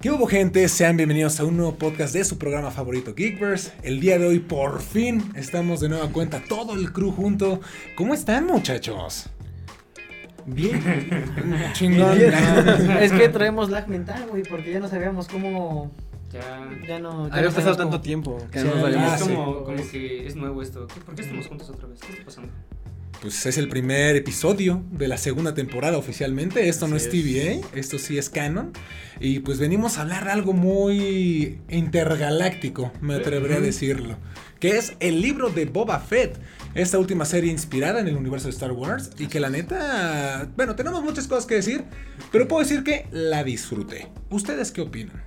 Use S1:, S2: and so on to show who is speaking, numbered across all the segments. S1: ¿Qué hubo gente? Sean bienvenidos a un nuevo podcast de su programa favorito Geekverse. El día de hoy por fin estamos de nueva cuenta todo el crew junto. ¿Cómo están muchachos?
S2: Bien.
S1: Chingón. "Ah,
S3: Es que traemos lag mental, güey, porque ya no sabíamos cómo.
S4: Ya.
S3: Ya no. Ya
S2: Había
S3: no
S2: pasado
S3: sabíamos
S2: tanto
S3: cómo-
S2: tiempo que
S1: Sí,
S2: no nos
S1: Ah,
S4: es
S2: habíamos.
S1: sí.
S4: como, como que es nuevo esto. ¿Qué- ¿Por qué estamos juntos otra vez? ¿Qué está pasando?
S1: Pues es el primer episodio de la segunda temporada oficialmente. Esto no es
S2: Así es.
S1: TVA, esto sí es canon. Y pues venimos a hablar de algo muy intergaláctico, me atreveré a decirlo. Que es el libro de Boba Fett. Esta última serie inspirada en el universo de Star Wars. Y que la neta, bueno, tenemos muchas cosas que decir. Pero puedo decir que la disfruté. ¿Ustedes qué opinan?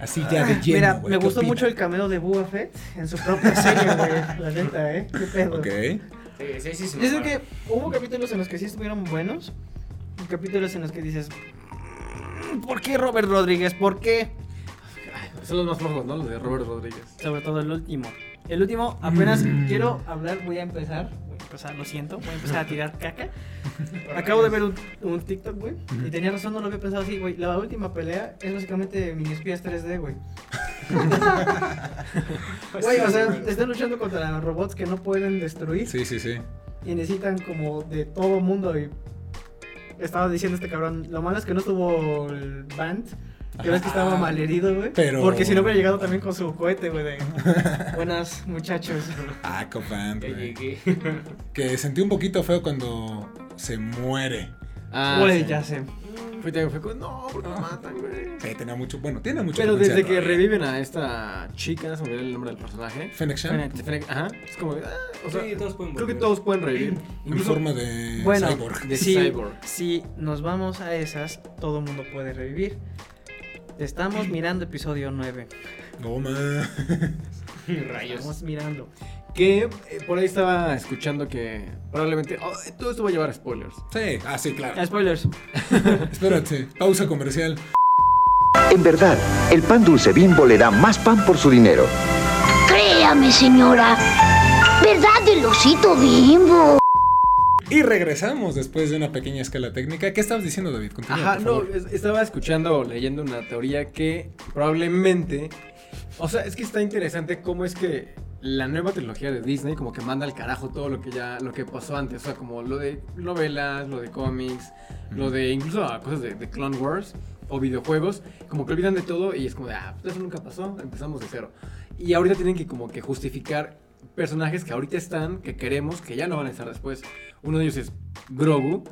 S1: Así ya de lleno.
S3: Ah, Mira,
S1: güey,
S3: me
S1: ¿qué
S3: gustó
S1: opinan?
S3: mucho el cameo de Boba Fett en su propia serie, güey. La neta, ¿eh? Qué pedo.
S1: Ok.
S4: Sí, sí, sí. se
S3: Yo sé que
S4: mamaron.
S3: hubo capítulos en los que sí estuvieron buenos. Y capítulos en los que dices. "Mm, ¿Por qué Robert Rodríguez? ¿Por qué?
S2: Son los más flojos, ¿no? Los de Robert Rodríguez.
S3: Sobre todo el último. El último, apenas quiero hablar, voy a empezar. Voy a empezar, lo siento, voy a empezar a tirar caca. Acabo de ver un, un TikTok, güey. Y tenía razón, no lo había pensado así, güey. La última pelea es básicamente mini espías 3D, güey. Güey, o sea, están luchando contra robots que no pueden destruir
S1: Sí, sí, sí.
S3: y necesitan como de todo mundo. Y estaba diciendo este cabrón, lo malo es que no estuvo el band. Que ves que estaba
S1: Ajá.
S3: malherido, güey.
S1: Pero-
S3: Porque si no hubiera llegado también con su cohete, güey. de, Buenas, muchachos.
S1: Ah, copan,
S4: Ya
S1: güey.
S4: llegué.
S1: Que sentí un poquito feo cuando se muere.
S2: Ah,
S3: Güey,
S2: sí.
S3: ya sé.
S2: Fue, te- fue como, no, porque lo matan, güey.
S1: Sí, tenía mucho. Bueno, tiene mucho.
S2: Pero desde
S1: revive
S2: que reviven a esta chica, se me olvidó el nombre del personaje.
S1: Fennec Shand,
S3: Fennec.
S2: De Fennec- Ajá. Es como, ah, o sea,
S4: sí, todos pueden
S2: creo que
S4: volver.
S2: todos pueden revivir.
S1: en forma de
S3: Bueno,
S1: cyborg.
S2: de
S3: sí.
S2: Cyborg.
S3: Si nos vamos a esas, todo mundo puede revivir. Estamos mirando episodio 9.
S1: No ma.
S4: Rayos.
S3: Estamos mirando.
S2: Que eh, por ahí estaba escuchando que probablemente. oh, todo esto va a llevar a spoilers.
S1: Sí, ah, sí, claro.
S3: Ah, Spoilers.
S1: Espérate, pausa comercial.
S5: En verdad, el pan dulce bimbo le da más pan por su dinero.
S6: Créame, señora. ¿Verdad el osito bimbo?
S1: Y regresamos después de una pequeña escala técnica. ¿Qué estabas diciendo, David? Continúa,
S2: Ajá,
S1: por
S2: no,
S1: favor.
S2: es- estaba escuchando o leyendo una teoría que probablemente. O sea, es que está interesante cómo es que la nueva trilogía de Disney como que manda al carajo todo lo que ya lo que pasó antes, o sea, como lo de novelas, lo de cómics, lo de incluso ah, cosas de, de Clone Wars o videojuegos, como que olvidan de todo y es como de, ah, pues eso nunca pasó, empezamos de cero. Y ahorita tienen que como que justificar personajes que ahorita están, que queremos, que ya no van a estar después. Uno de ellos es Grogu,
S1: Ujú.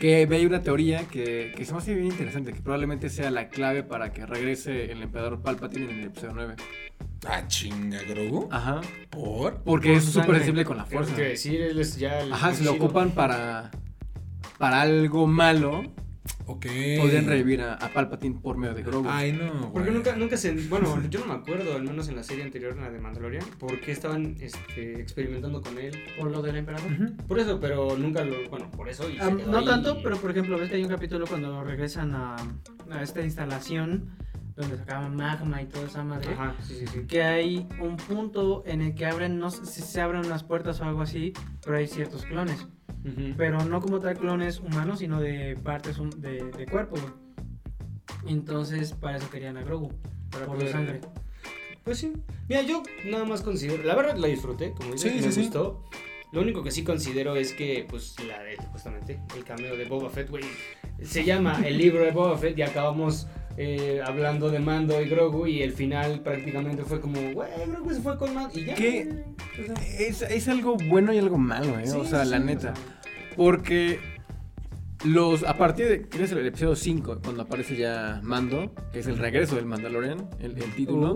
S2: que veía una teoría que, que se me hace bien interesante, que probablemente sea la clave para que regrese el emperador Palpatine en el episodio 9.
S1: Ah, chinga, Grogu.
S2: Ajá.
S1: Por.
S2: Porque
S4: Por
S2: es
S4: su
S2: súper
S4: sangre.
S2: sensible con la
S4: Creo
S2: fuerza.
S4: que decir, él es ya. el-
S2: Ajá,
S4: el
S2: si lo
S4: chido.
S2: ocupan para, para algo malo,
S1: Ok.
S2: podrían revivir a, a Palpatine por medio de Grogu.
S1: Ay, no.
S4: Porque
S1: güey.
S4: nunca, nunca se. Bueno, yo no me acuerdo, al menos en la serie anterior, en la de Mandalorian, por qué estaban este, experimentando con él.
S3: Por lo del emperador.
S1: Ujú.
S4: Por eso, pero nunca lo. Bueno, por eso. Y se
S3: Ah,
S4: quedó
S3: no
S4: ahí.
S3: tanto, pero por ejemplo, ves que hay un capítulo cuando regresan a, a esta instalación donde sacaban magma y toda esa madre.
S4: Ajá, sí, sí, sí.
S3: Que hay un punto en el que abren, no sé si se abren unas puertas o algo así, pero hay ciertos clones.
S4: Ujú.
S3: Pero no como tal clones humanos, sino de partes hum- de, de cuerpo. güey. Entonces, para eso querían a Grogu,
S4: Para
S3: por la
S4: poder-
S3: sangre.
S4: Pues sí. Mira, yo nada más considero. La verdad la disfruté, como dices,
S1: Sí,
S4: me
S1: sí, sí.
S4: gustó. Lo único que sí considero es que, pues, la de, justamente, el cameo de Boba Fett, güey. Se llama El libro de Boba Fett y acabamos eh, hablando de Mando y Grogu y el final prácticamente fue como, güey, Grogu se fue con Mando y ya.
S2: ¿Qué?
S4: güey. O sea,
S2: Es, es algo bueno y algo malo, ¿eh? o
S4: sí,
S2: sea, la
S4: sí,
S2: neta.
S4: o sea,
S2: Porque los a partir de creo que es el episodio 5 cuando aparece ya Mando, que es el regreso del Mandalorian, el, el título.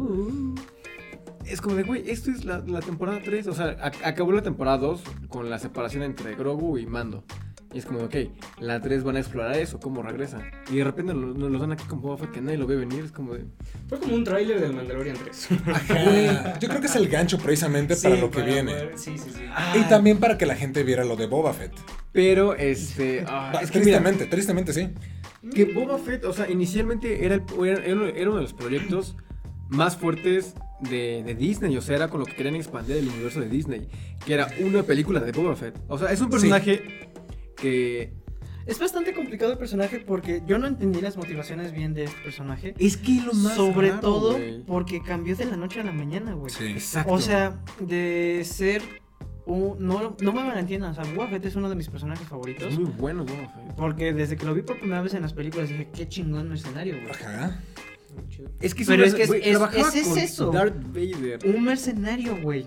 S2: Es como de, güey, esto es la, la temporada 3, o sea, ac- acabó la temporada 2 con la separación entre Grogu y Mando. Y es como, ok, la 3 van a explorar eso, cómo regresa. Y de repente lo- nos lo dan aquí con Boba Fett que nadie lo ve venir, es como de...
S4: Fue como un tráiler del Mandalorian 3.
S1: Ajá. Yo creo que es el gancho precisamente para
S4: Sí,
S1: lo que viene. Ah,
S4: poder- Sí, sí, sí.
S1: Y también para que la gente viera lo de Boba Fett.
S2: Pero, este... ah,
S1: Ah,
S2: es que mira,
S1: tristemente, tristemente, sí.
S2: Que Boba Fett, o sea, inicialmente era, el- era, era uno- era uno de los proyectos más fuertes de, de Disney, o sea, era con lo que querían expandir el universo de Disney, que era una película de Boba Fett. O sea, es un personaje que
S3: Es bastante complicado el personaje porque yo no entendí las motivaciones bien de este personaje.
S2: Es que lo más.
S3: sobre
S2: raro,
S3: todo
S2: güey.
S3: porque cambió de la noche a la mañana, güey.
S1: Sí.
S2: Exacto.
S3: O sea, de ser un... No, no me malentiendan, o sea, Boba Fett es uno de mis personajes favoritos.
S2: Es muy bueno, Boba Fett.
S3: Porque desde que lo vi por primera vez en las películas dije, qué chingón mercenario, güey.
S1: Ajá.
S2: Es que,
S3: Pero
S2: un
S3: es que es-
S2: güey,
S3: es-
S2: trabajaba
S3: ese es
S2: con
S3: eso.
S2: Darth Vader.
S3: Un mercenario, güey.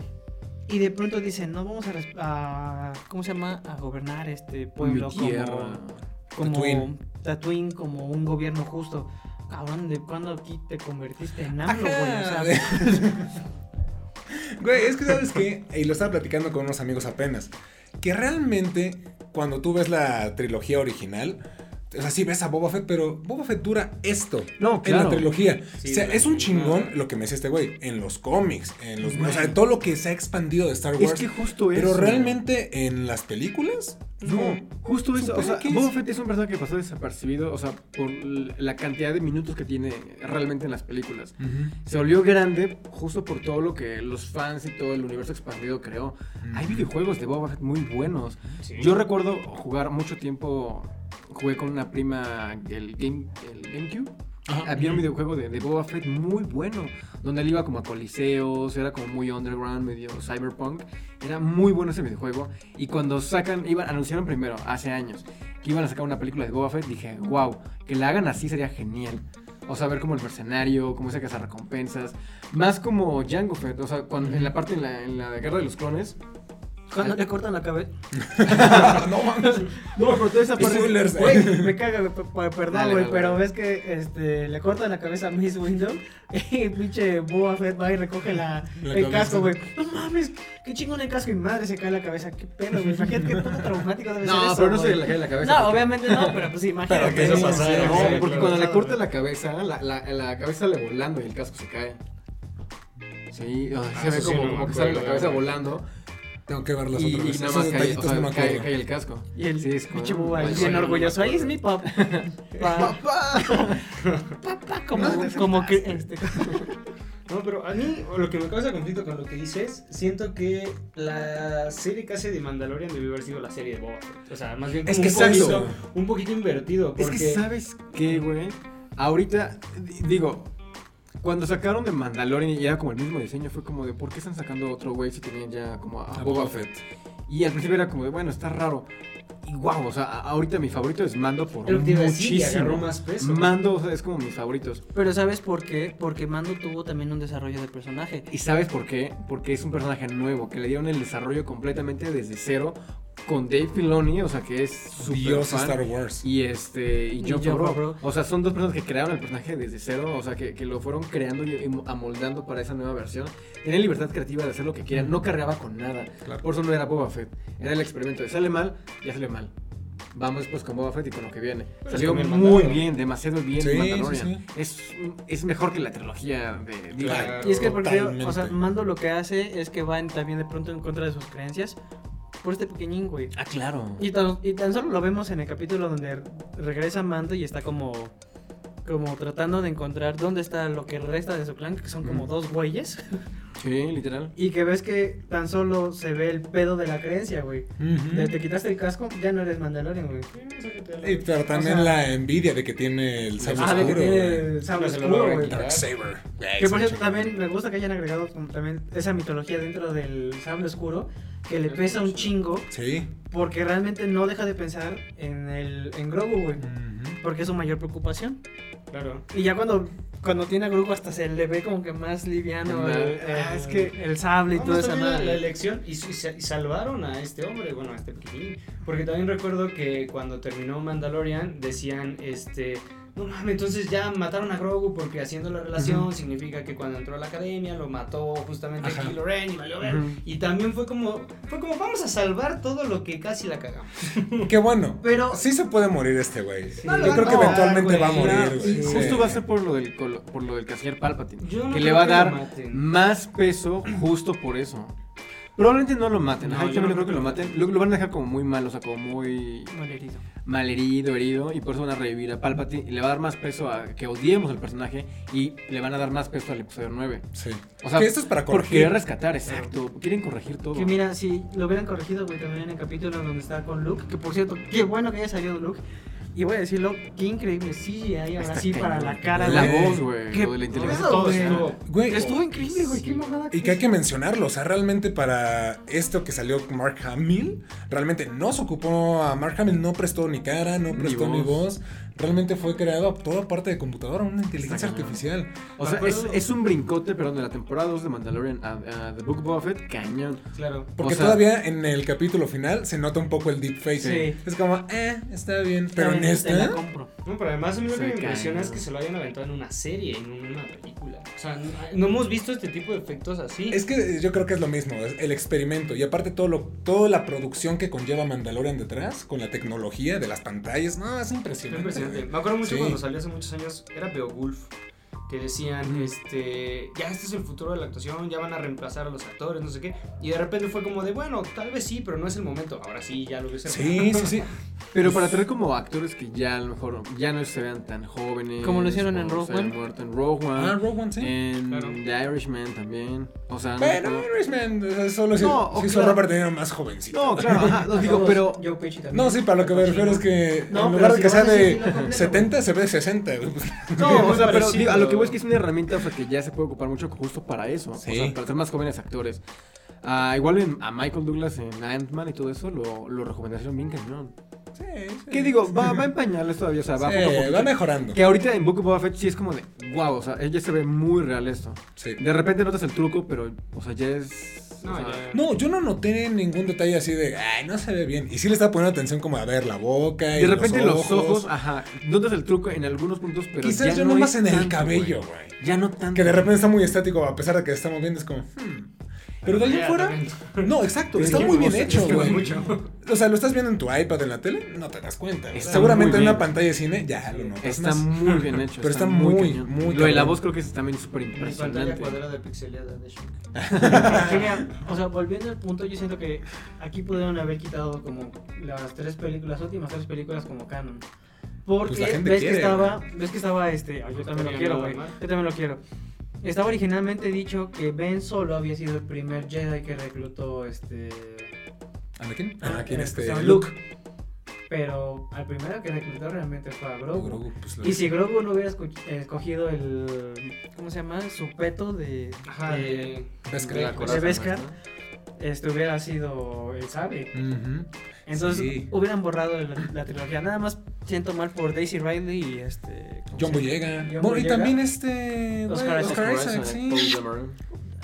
S3: Y de pronto dicen, no vamos a, res- a- ¿Cómo se llama? A gobernar este pueblo
S2: Mi
S3: como...
S2: tierra.
S3: Como
S1: Tatooine.
S3: Tatooine, como un gobierno justo. Cabrón, ¿de cuándo aquí te convertiste en AMLO, güey? O sea,
S1: Ajá. Güey, es que sabes que, y lo estaba platicando con unos amigos apenas, que realmente cuando tú ves la trilogía original, o sea, sí ves a Boba Fett, pero Boba Fett dura esto
S2: No,
S1: en
S2: claro.
S1: la trilogía.
S4: Sí,
S1: o sea,
S4: la-
S1: es un chingón
S4: ah.
S1: lo que me decía este güey, en los cómics, en los, o sea, en todo lo que se ha expandido de Star Wars.
S2: Es que justo
S1: pero
S2: eso.
S1: realmente en las películas, pues,
S2: No, justo eso. O sea,
S1: Super X.
S2: Boba Fett es un personaje que pasó desapercibido, o sea, por l- la cantidad de minutos que tiene realmente en las películas. Se volvió grande justo por todo lo que los fans y todo el universo expandido creó. Hay videojuegos de Boba Fett muy buenos.
S4: Sí.
S2: Yo recuerdo jugar mucho tiempo, jugué con una prima el, game, el GameCube. Había un videojuego de, de Boba Fett muy bueno, donde él iba como a coliseos, era como muy underground, medio cyberpunk. Era muy bueno ese videojuego. Y cuando sacan, iban, anunciaron primero, hace años, que iban a sacar una película de Boba Fett, dije, wow, que la hagan así sería genial. O sea, ver como el mercenario, como esa casa recompensas. Más como Jango Fett, o sea, cuando, en la parte en la, en la de Guerra de los Clones.
S3: Cuando le cortan la cabeza.
S1: no mames.
S3: No, pero toda esa parte.
S1: Spoilers.
S3: Güey, me caga, güey, pe- pe- perdón,
S2: ¿eh? Dale,
S3: güey,
S2: dale,
S3: pero
S2: dale.
S3: ves que este, le cortan la cabeza a Miss Window y pinche Boba Fett va y recoge la,
S1: La
S3: el
S1: cabeza.
S3: casco, güey. No mames, qué chingón el casco y madre se cae la cabeza, qué pedo, güey. Imagínate qué puto traumático debe ser
S2: No,
S3: eso,
S2: pero no
S3: güey.
S2: se le cae la cabeza.
S3: No,
S2: porque-
S3: obviamente no, pero pues imagínate.
S1: Pero que eso
S3: Sí,
S1: pasara,
S3: sí,
S2: No,
S1: Sí,
S3: güey,
S2: porque
S1: claro.
S2: cuando le
S3: pasado,
S2: corta
S3: güey.
S2: la cabeza, la, la- la cabeza le volando y el casco se cae. Sí, o sea, se ve
S4: eso sí
S2: como,
S4: no me
S2: como que sale la
S4: acuerdo.
S2: cabeza volando
S1: Tengo que verlas
S2: y,
S1: otra
S2: y
S1: vez.
S2: nada
S1: Esos
S2: más cae, o
S1: detallitos
S2: sea,
S1: no me
S2: cae-
S1: acuerdo.
S2: cae el casco.
S3: Y el
S2: Sí, es como-
S3: pinche Boba
S2: Ay,
S3: bien
S2: no me
S3: orgulloso. Ahí es mi papá. Papá. Papá, como, como que. Este,
S4: No, pero a mí o lo que me causa conflicto con lo que dices, siento que la serie que hace de Mandalorian debió haber sido la serie de Boba Fett. O sea, más bien
S1: Es
S4: como
S1: que
S4: un,
S1: exacto.
S4: poquito, un poquito invertido.
S2: Es
S4: Porque
S2: que sabes qué, güey. Ahorita, di- digo, cuando sacaron de Mandalorian y era como el mismo diseño, fue como de, ¿por qué están sacando otro güey si tenían ya como a,
S1: A
S2: Boba Fett? Y al principio era como de, bueno, está raro. Y guau, o sea, a- ahorita mi favorito es Mando por
S4: Es lo que te iba a decir, y
S2: muchísimo.
S4: agarró más peso.
S2: Mando o sea, es como mis favoritos.
S3: Pero ¿sabes por qué? Porque Mando tuvo también un desarrollo de personaje.
S2: ¿Y sabes por qué? Porque es un personaje nuevo, que le dieron el desarrollo completamente desde cero con Dave Filoni, o sea, que es super
S1: Dios
S2: fan.
S1: Star Wars.
S2: Y este, y
S3: Y
S2: John
S3: John
S2: Favreau.
S3: Favreau.
S2: O sea, son dos personas que crearon el personaje desde cero, o sea, que, que lo fueron creando y, y amoldando para esa nueva versión. Tenían libertad creativa de hacer lo que quieran, no cargaba con nada.
S1: Claro.
S2: Por eso no era Boba Fett. Era el experimento de sale mal, ya sale mal. Vamos pues con Boba Fett y con lo que viene.
S4: Pero
S2: Salió
S4: es como el
S2: muy
S4: Mandalorian.
S2: bien, demasiado bien
S1: Sí,
S2: Mandalorian. Es, es mejor que la trilogía de Disney.
S1: Claro.
S3: Y es que porque, o sea,
S1: Totalmente.
S3: Mando lo que hace es que va en- también de pronto en contra de sus creencias por este pequeñín, güey.
S2: Ah, claro.
S3: Y tan, y tan solo lo vemos en el capítulo donde re- regresa Mando y está como como tratando de encontrar dónde está lo que resta de su clan, que son como
S2: Mm.
S3: dos bueyes,
S2: Sí, literal.
S3: y que ves que tan solo se ve el pedo de la creencia, güey. De te quitaste el casco, ya no eres Mandalorian, güey.
S1: Y pero también
S3: O sea-
S1: la envidia de que tiene el sable
S3: Ah, de que
S1: oscuro.
S3: tiene
S1: güey.
S3: el sable
S4: No se lo
S3: oscuro,
S4: logra
S3: güey.
S4: quitar.
S1: Darksaber. Güey,
S3: Que
S1: esa
S3: por cierto,
S1: chingada.
S3: también me gusta que hayan agregado como también esa mitología dentro del sable oscuro, que le pesa un chingo,
S1: Sí.
S3: porque realmente no deja de pensar en el en Grogu, güey,
S1: Ujú.
S3: porque es su mayor preocupación.
S4: Claro.
S3: Y ya cuando cuando tiene a Grogu hasta se le ve como que más liviano eh, el,
S2: Ah,
S3: el-
S4: es que-
S3: el sable y
S4: Vamos
S3: toda
S4: a
S3: esa
S4: ver la
S3: madre.
S4: elección y, su- y sa- y salvaron a este hombre, bueno, a este pequeñín. Porque también recuerdo que cuando terminó Mandalorian decían, este, no mames, entonces ya mataron a Grogu porque haciendo la relación significa que cuando entró a la academia lo mató justamente
S1: Ajá.
S4: Kylo Ren y valió ver.
S2: Ujú.
S4: Y también fue como, fue como vamos a salvar todo lo que casi la cagamos.
S1: Qué bueno.
S4: Pero-
S1: sí se puede morir este güey.
S4: No lo
S1: Yo creo que
S4: van a
S1: eventualmente
S4: matar,
S1: va a
S4: güey.
S1: morir, güey.
S2: Y
S1: Sí.
S2: justo va a ser por lo del, colo- por lo del canciller Palpatine.
S4: Yo no
S2: que le
S4: creo
S2: va a
S4: que lo
S2: dar
S4: maten.
S2: más peso justo por eso. Probablemente no lo maten. Ajá,
S4: No, yo
S2: yo también
S4: no
S2: creo que lo maten. Lo, lo van a dejar como muy mal, o sea, como muy
S3: Malherido.
S2: malherido, herido, y por eso van a revivir a Palpatine y le va a dar más peso a que odiemos al personaje y le van a dar más peso al episodio 9.
S1: Sí.
S2: O sea,
S1: que esto es para
S2: Por querer
S1: corregir.
S2: rescatar, exacto. Quieren corregir todo.
S3: Que mira, si lo hubieran corregido, güey, también en el capítulo donde está con Luke. Que por cierto, qué bueno que haya salido Luke. Y voy a decirlo, qué increíble CGI ahora
S2: Está
S3: sí para
S2: cañón.
S3: la cara.
S2: la
S1: güey.
S2: voz, güey,
S3: Qué
S2: lo de la inteligencia.
S3: pedo,
S4: Todo
S3: güey.
S4: estuvo-
S1: Güey,
S3: Pues Estuvo increíble, güey, qué
S4: Sí.
S3: mamada.
S1: Y que hay que mencionarlo, o sea, realmente para esto que salió Mark Hamill, realmente no se ocupó, a Mark Hamill no prestó ni cara, no
S2: Ni
S1: prestó ni
S2: voz.
S1: voz, realmente fue creado a toda parte de computadora, una inteligencia
S2: cañón.
S1: artificial.
S2: O sea, es, es un brincote, perdón, de la temporada 2 de Mandalorian a, a The Book of Boba Fett, cañón.
S4: Claro.
S1: Porque
S2: O sea-
S1: todavía en el capítulo final se nota un poco el deepfake.
S3: Sí.
S1: Es como, eh, está bien,
S3: Está
S1: pero en este-
S3: bien, te
S1: esta...
S3: la compro.
S4: No, pero además a mí lo
S2: Se
S4: que me
S2: cae,
S4: impresiona
S2: ¿no?
S4: es que se lo hayan aventado en una serie, en una película. O sea, no, no hemos visto este tipo de efectos así.
S1: Es que yo creo que es lo mismo, es el experimento. Y aparte todo lo, toda la producción que conlleva Mandalorian detrás, con la tecnología de las pantallas, no, es
S4: Fue
S1: impresionante.
S4: impresionante. Me acuerdo mucho
S1: Sí.
S4: cuando salió hace muchos años, era Beowulf, que decían, este, ya este es el futuro de la actuación, ya van a reemplazar a los actores, no sé qué. Y de repente fue como de, bueno, tal vez sí, pero no es el momento. Ahora sí, ya lo ves.
S1: Sí, sí, sí.
S2: Pero para traer como actores que ya a lo mejor ya no se vean tan jóvenes.
S3: Como lo hicieron
S2: o
S3: en Rogue
S2: se hayan
S3: One.
S2: muerto en Rogue One.
S1: Ah, Rogue One, sí.
S2: En
S4: Claro.
S2: The Irishman también. O sea, no
S1: Bueno,
S2: creo-
S1: Irishman, o sea, solo si,
S2: No, o
S1: si
S2: claro.
S1: hizo Robert De Niro más jovencito.
S2: No, claro, ajá, no, digo,
S3: Todos,
S2: pero.
S3: Joe Pesci también.
S1: No, sí, para lo que me
S3: Está
S1: refiero es
S3: chingón.
S1: que
S3: No,
S1: en
S3: pero
S1: lugar de
S3: si
S1: que
S3: lo
S1: sea
S3: haces
S1: de
S3: así, lo completo,
S1: 70, se ve de 60. güey.
S2: No, o sea, pero
S4: parecido.
S2: digo, a lo que voy es que es una herramienta o sea, que ya se puede ocupar mucho justo para eso.
S1: Sí.
S2: O sea, para ser más jóvenes actores. Ah, igual en- a Michael Douglas en Ant-Man y todo eso lo, lo recomendaron bien cañón.
S1: Sí, sí.
S2: ¿Qué digo? Va, va en pañales todavía, o sea, va poco a
S1: Sí,
S2: poquito.
S1: va mejorando.
S2: Que ahorita en Book of Boba Fett sí es como de wow, o sea, ya se ve muy real esto.
S1: Sí.
S2: De repente notas el truco, pero, o sea, ya es.
S4: No,
S2: o sea,
S4: ya.
S1: No, yo no noté ningún detalle así de, ay, no se ve bien. Y sí le estaba poniendo atención como a ver la boca y
S2: De repente los ojos. ajá, notas el truco en algunos puntos, pero. ya
S1: Quizás yo nomás
S2: es
S1: en el
S2: tanto,
S1: cabello,
S2: güey.
S1: güey.
S2: Ya no tanto.
S1: Que de repente está muy estático, a pesar de que estamos viendo, es como, hmm. Pero de allá
S4: Ya,
S1: fuera.
S4: también.
S1: No, exacto,
S2: Es
S1: está
S2: que
S1: muy bien
S2: no sé,
S1: hecho,
S2: es que
S1: güey.
S4: mucho.
S1: O sea, lo estás viendo en tu iPad, en la tele, no te das cuenta. güey.
S2: Está
S1: Seguramente
S2: muy
S1: en
S2: bien.
S1: una pantalla de cine, ya lo notas.
S2: Está
S1: más.
S2: muy bien hecho.
S1: Pero está muy,
S2: cañón.
S1: muy
S2: Lo de la
S1: cabrón.
S2: voz creo que es también súper
S4: Mi pantalla
S2: impresionante.
S4: cuadrada pixelada de Shrek.
S3: Mira, o sea, volviendo al punto, yo siento que aquí pudieron haber quitado como las tres películas, las últimas tres películas como canon. Porque
S1: Pues la gente
S3: ves
S1: quiere,
S3: que estaba, ves que estaba este, ay, yo también lo
S4: Tenía
S3: quiero,
S4: nada
S3: güey.
S4: más.
S3: Yo también lo quiero. Estaba originalmente dicho que Ben Solo había sido el primer Jedi que reclutó este
S1: ¿Anakin? Anakin,
S3: eh,
S1: este.
S3: o sea, Luke. Pero al primero que reclutó realmente fue a Grogu.
S1: Grogu, pues, lo-
S3: Y si Grogu no hubiera escu- escogido el ¿cómo se llama? su peto de
S4: Ajá, de...
S1: ¿Ves que-
S4: la
S3: de Beskar, este hubiera sido el sable.
S1: Ujú.
S3: Entonces
S1: Sí.
S3: hubieran borrado la, la trilogía. Nada más siento mal por Daisy Riley y este. ¿cómo
S1: John
S3: se-
S1: Boyega.
S3: John
S1: Bueno, y
S3: Boyega.
S1: también este. güey,
S3: Oscar Isaac.
S1: Oscar Isaac, sí.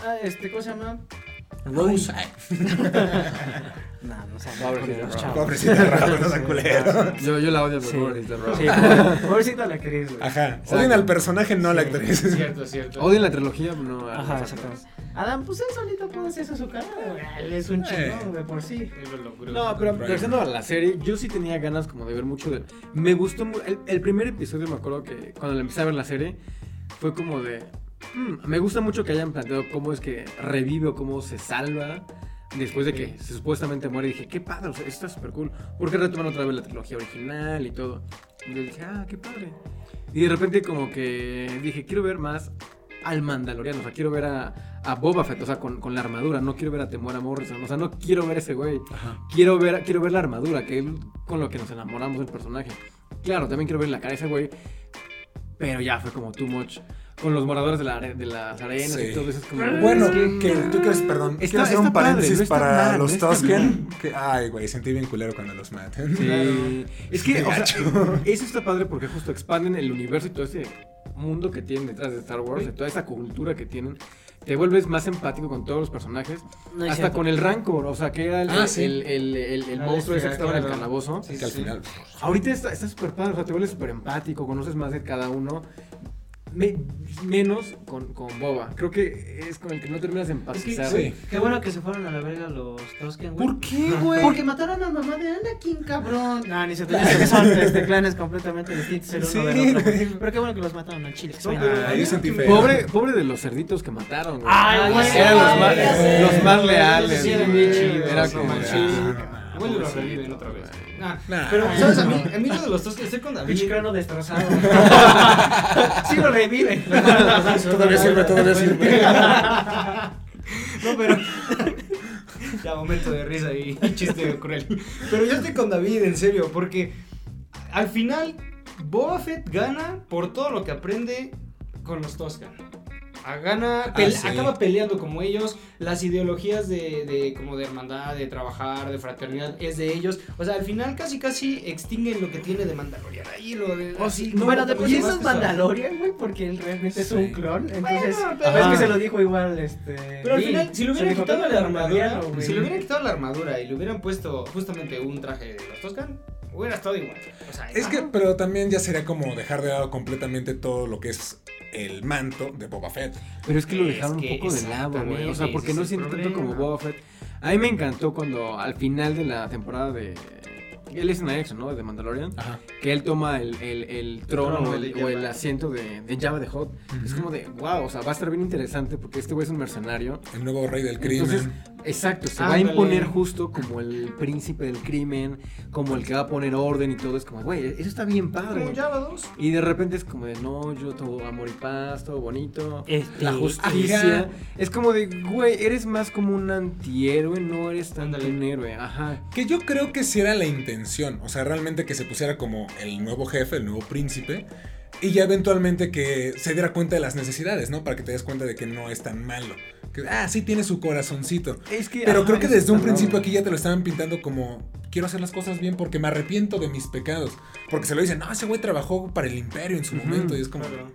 S3: Ah, este, ¿cómo se llama?
S1: Rose.
S3: No, no sé.
S2: Pobrecita
S3: Los
S2: Rose.
S3: chavos.
S1: Pobrecita Rose, no sean
S3: Sí,
S1: culeros.
S3: pobrecita.
S2: Yo, yo la odio por
S3: Sí.
S2: Boris de
S3: Sí,
S2: Rock.
S3: pobre- pobrecita la actriz, güey.
S1: Ajá.
S2: Exacto.
S1: Odien al personaje, no a la
S3: Sí.
S1: actriz.
S4: Cierto, cierto.
S2: Odio la trilogía, pero no. a-
S3: Ajá,
S2: a-
S3: exactamente. Adam, pues él solito puede hacer eso a su cara, güey. Él es
S1: Eh.
S3: un chingón de por sí.
S4: Él lo logró.
S2: No, pero regresando a la serie, yo sí tenía ganas como de ver mucho de... Me gustó mu- el, el primer episodio, me acuerdo que cuando la empecé a ver la serie, fue como de... "Mm, me gusta mucho que hayan planteado cómo es que revive o cómo se salva después de que se supuestamente muere. Y dije, qué padre, o sea, esto está súper cool. Porque retoman otra vez la trilogía original y todo. Y yo dije, ah, qué padre. Y de repente como que dije, quiero ver más al mandaloriano, o sea, quiero ver a, a Boba Fett, o sea, con, con la armadura, no quiero ver a Temora Morrison, o sea, no quiero ver a ese güey
S1: Ajá.
S2: quiero ver, quiero ver la armadura, que es con lo que nos enamoramos del personaje. Claro, también quiero ver la cara de ese güey, pero ya fue como too much. Con los moradores de, la are- de las arenas
S1: Sí.
S2: y todo eso es como...
S1: Bueno,
S2: es que-
S1: que tú quieres, perdón,
S2: Está-
S1: quiero hacer
S2: está
S1: un paréntesis
S2: padre, no está
S1: para
S2: mal, no
S1: los
S2: está
S1: Tusken. Que, ay, güey, sentí bien culero cuando los maten.
S2: Sí. Es que, o sea,
S1: Gacho.
S2: eso está padre porque justo expanden el universo y todo ese mundo que tienen detrás de Star Wars, de toda esa cultura que tienen. Te vuelves más empático con todos los personajes.
S3: No es
S2: hasta
S3: cierto.
S2: con el Rancor, o sea, que era el,
S1: Ah, sí.
S2: el, el- el- el
S4: Ah,
S2: monstruo ese
S4: sí,
S2: que estaba en el
S4: claro.
S2: calabozo.
S4: Sí,
S1: Que al
S4: sí.
S1: final.
S2: Ahorita está está súper padre, o sea, te vuelves súper empático, conoces más de cada uno. me- menos con, con Boba. Creo que es con el que no terminas de
S3: Es que,
S2: empatizar.
S1: Sí.
S3: Qué bueno que se fueron a la verga los Tosken, güey.
S1: ¿Por qué, güey?
S3: Porque mataron a mamá de Anakin, cabrón. No, ni se te dice que son este, clanes completamente distintos el uno
S1: Sí,
S3: del otro. güey.
S1: güey.
S3: Pero qué bueno que los mataron al chile. que se
S1: No,
S3: vayan a la
S1: pero-
S3: verga.
S1: yo sentí feo.
S2: Pobre, pobre de los cerditos que mataron, güey.
S3: Ay, güey.
S2: Eran los más,
S1: ya sé.
S2: los más leales.
S4: Sí, eran
S2: güey.
S4: bien chidos.
S2: Era
S4: sí,
S2: como.
S4: sí.
S1: ah,
S4: Igual lo reviven otra vez. Nah,
S1: Nah.
S4: Pero, ¿sabes? A mí, a mí lo de los dos, estoy con David.
S3: Pinche cráneo destrozado. sí lo reviven.
S1: Todavía sirve, todavía sirve.
S4: No, pero. ya, momento de risa y, y chiste cruel. Pero yo estoy con David, en serio, porque al final Boba Fett gana por todo lo que aprende con los Toscan. Ah, Gana, pele-
S1: sí.
S4: acaba peleando como ellos, las ideologías de, de como de hermandad, de trabajar, de fraternidad, es de ellos. O sea, al final casi casi extinguen lo que tiene de Mandalorian. Ahí lo de...
S2: Oh, sí,
S4: no,
S3: bueno, de por sí
S4: más
S3: eso es
S4: pesado.
S3: Mandalorian, güey, porque él realmente es
S1: Sí.
S3: un clon. Entonces,
S4: Bueno, pero-
S3: es
S2: Ajá.
S3: que se lo dijo igual, este.
S4: Pero al
S3: Bill.
S4: final, si le
S3: Se
S4: hubieran
S3: dijo,
S4: quitado
S3: "Tú
S4: la
S3: eres
S4: armadura,
S3: mandaloriano, güey".
S4: si le hubieran quitado la armadura y le hubieran puesto justamente un traje de los Toscan, hubiera estado igual. O sea,
S1: Es que, pero también ya sería como dejar de lado completamente todo lo que es el manto de Boba Fett.
S2: Pero es que lo
S4: Es
S2: dejaron
S4: que
S2: un poco de lado, güey. O sea,
S4: exactamente,
S2: porque
S4: ese
S2: no
S4: es el
S2: siento tanto como
S4: problema.
S2: Boba Fett. A mí me encantó cuando al final de la temporada de. Él es un Erickson, ¿no? De Mandalorian.
S1: Ajá.
S2: Que él toma el, el, el trono
S4: trono
S2: o el,
S4: de
S2: o el
S4: Jabba.
S2: asiento de, de Java de Hot. Es como de, wow, o sea, va a estar bien interesante porque este güey es un mercenario.
S1: El nuevo rey del crimen.
S2: Entonces, exacto, se va
S4: Ándale.
S2: a imponer justo como el príncipe del crimen, como el que va a poner orden y todo. Es como, güey, eso está bien padre.
S4: Como Java 2.
S2: Y de repente es como de, no, yo todo amor y paz, todo bonito.
S3: Este,
S2: la justicia.
S1: ajá.
S2: Es como de, güey, eres más como un antihéroe, no eres tanto
S4: Ándale.
S2: un héroe. Ajá.
S1: Que yo creo que sí era la intención. O sea, realmente que se pusiera como el nuevo jefe, el nuevo príncipe. Y ya eventualmente que se diera cuenta de las necesidades, ¿no? Para que te des cuenta de que no es tan malo. Que, ah, sí tiene su corazoncito.
S2: Es que,
S1: Pero
S2: ajá,
S1: creo que
S2: eso
S1: desde un
S2: está raro.
S1: principio aquí ya te lo estaban pintando como quiero hacer las cosas bien porque me arrepiento de mis pecados. Porque se lo dicen, no, ese güey trabajó para el imperio en su
S2: Ujú, Pues
S1: momento. Y es como, "Pues,
S4: Claro.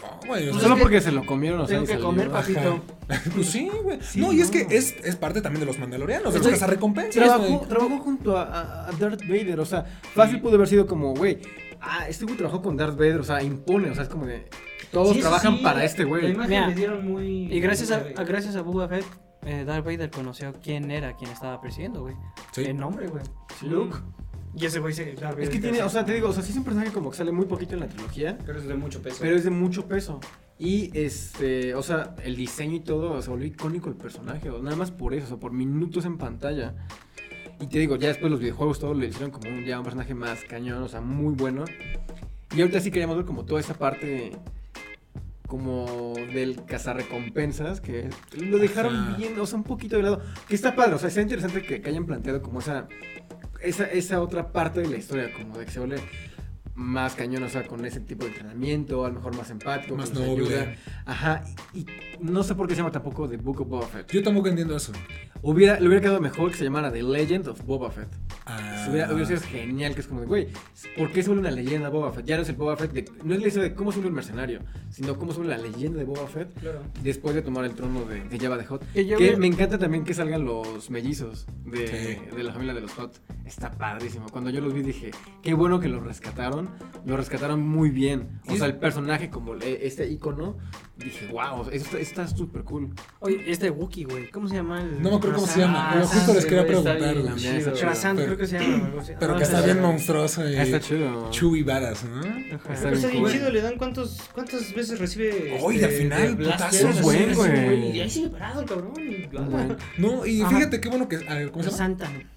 S1: no, güey. o sea,
S2: Solo
S3: Pues es que
S2: porque se lo comieron, o sea,
S3: Tengo
S2: y
S3: que
S2: salió.
S3: comer, papito.
S1: pues sí, güey.
S2: Sí,
S1: no, y es
S2: no. Pues
S1: que es, es parte también de los mandalorianos, de los
S2: Estoy-
S1: cazarrecompensas, güey.
S2: Trabajó, trabajó junto a, a- a Darth Vader, o sea, fácil pudo haber sido como, güey, ah, este güey trabajó con Darth Vader, o sea, impone, o sea, es como de, todos
S4: Sí, eso
S2: trabajan
S4: sí,
S2: para este güey.
S4: La imagen
S3: Mira,
S4: le dieron muy.
S3: Y gracias a,
S4: muy-
S3: a- gracias a Boba Fett, eh, Darth Vader conoció quién era quien estaba persiguiendo, güey.
S1: Sí.
S3: El nombre, güey.
S2: Sí.
S3: Y ese güey se. Darth
S2: Es que
S3: Vader
S2: tiene,
S3: se-
S2: o sea, te digo, o sea, sí es un personaje como que sale muy poquito en la trilogía,
S4: Pero es de mucho peso.
S2: pero es de mucho peso. Y este, o sea, el diseño y todo, o se volvió icónico el personaje, o nada más por eso, o sea, por minutos en pantalla. Y te digo, ya después los videojuegos todo le hicieron como un, ya un personaje más cañón, o sea, muy bueno. Y ahorita sí queríamos ver como toda esa parte como del cazarrecompensas, que lo dejaron
S1: Ajá.
S2: bien, o sea, un poquito de lado. Que está padre, o sea, está interesante que, que hayan planteado como esa, esa, esa otra parte de la historia, como de que se vuelve más cañón, o sea, con ese tipo de entrenamiento, a lo mejor más empático, que
S1: Más
S2: los
S1: noble.
S2: Ajá, y, y no sé por qué se llama tampoco The Book of Boba Fett.
S1: Yo tampoco entiendo eso.
S2: Hubiera, le hubiera quedado mejor que se llamara The Legend of Boba Fett.
S1: Ah.
S2: Se Hubiera, hubiera sido genial, que es como de, güey, ¿por qué se vuelve una leyenda Boba Fett? Ya no es el Boba Fett, de- no es la historia de cómo se vuelve el mercenario, sino cómo se vuelve la leyenda de Boba Fett
S4: Claro.
S2: después de tomar el trono de, de Jabba the Hot.
S3: Que yo
S2: Que
S3: vi-
S2: me encanta también que salgan los mellizos de,
S1: Sí.
S2: de la familia de los Hot. Está padrísimo. Cuando yo los vi dije, qué bueno que los rescataron. Los rescataron muy bien. O
S1: Y-
S2: sea, el personaje como le- este icono, dije, wow, esto está súper cool.
S3: Oye, este Wookiee, güey. ¿cómo se llama? El...
S1: No me acuerdo cómo se llama,
S3: Ah,
S1: pero justo les
S4: sí,
S1: quería
S4: güey, está
S1: preguntar,
S4: bien
S1: güey.
S2: chido.
S1: Pero-
S3: Krasan,
S1: pero-
S3: creo que se llama. algo así.
S1: Pero
S3: Ah,
S1: que está
S3: pero-
S1: bien monstruoso y
S2: Ah, está chido.
S1: chubi varas, ¿no?
S3: Ajá.
S2: Está
S4: Pero está bien
S2: cool.
S4: chido, le dan cuántos, cuántas veces recibe. este
S1: Oye, al final,
S4: de blasters,
S1: putazo,
S4: así,
S2: buen,
S4: así,
S2: güey.
S4: Y ahí sigue parado el cabrón. y lo ama.
S2: Bueno.
S1: No, y
S3: Ajá.
S1: fíjate qué bueno que. a ver, ¿Cómo se llama?
S3: Krasantan.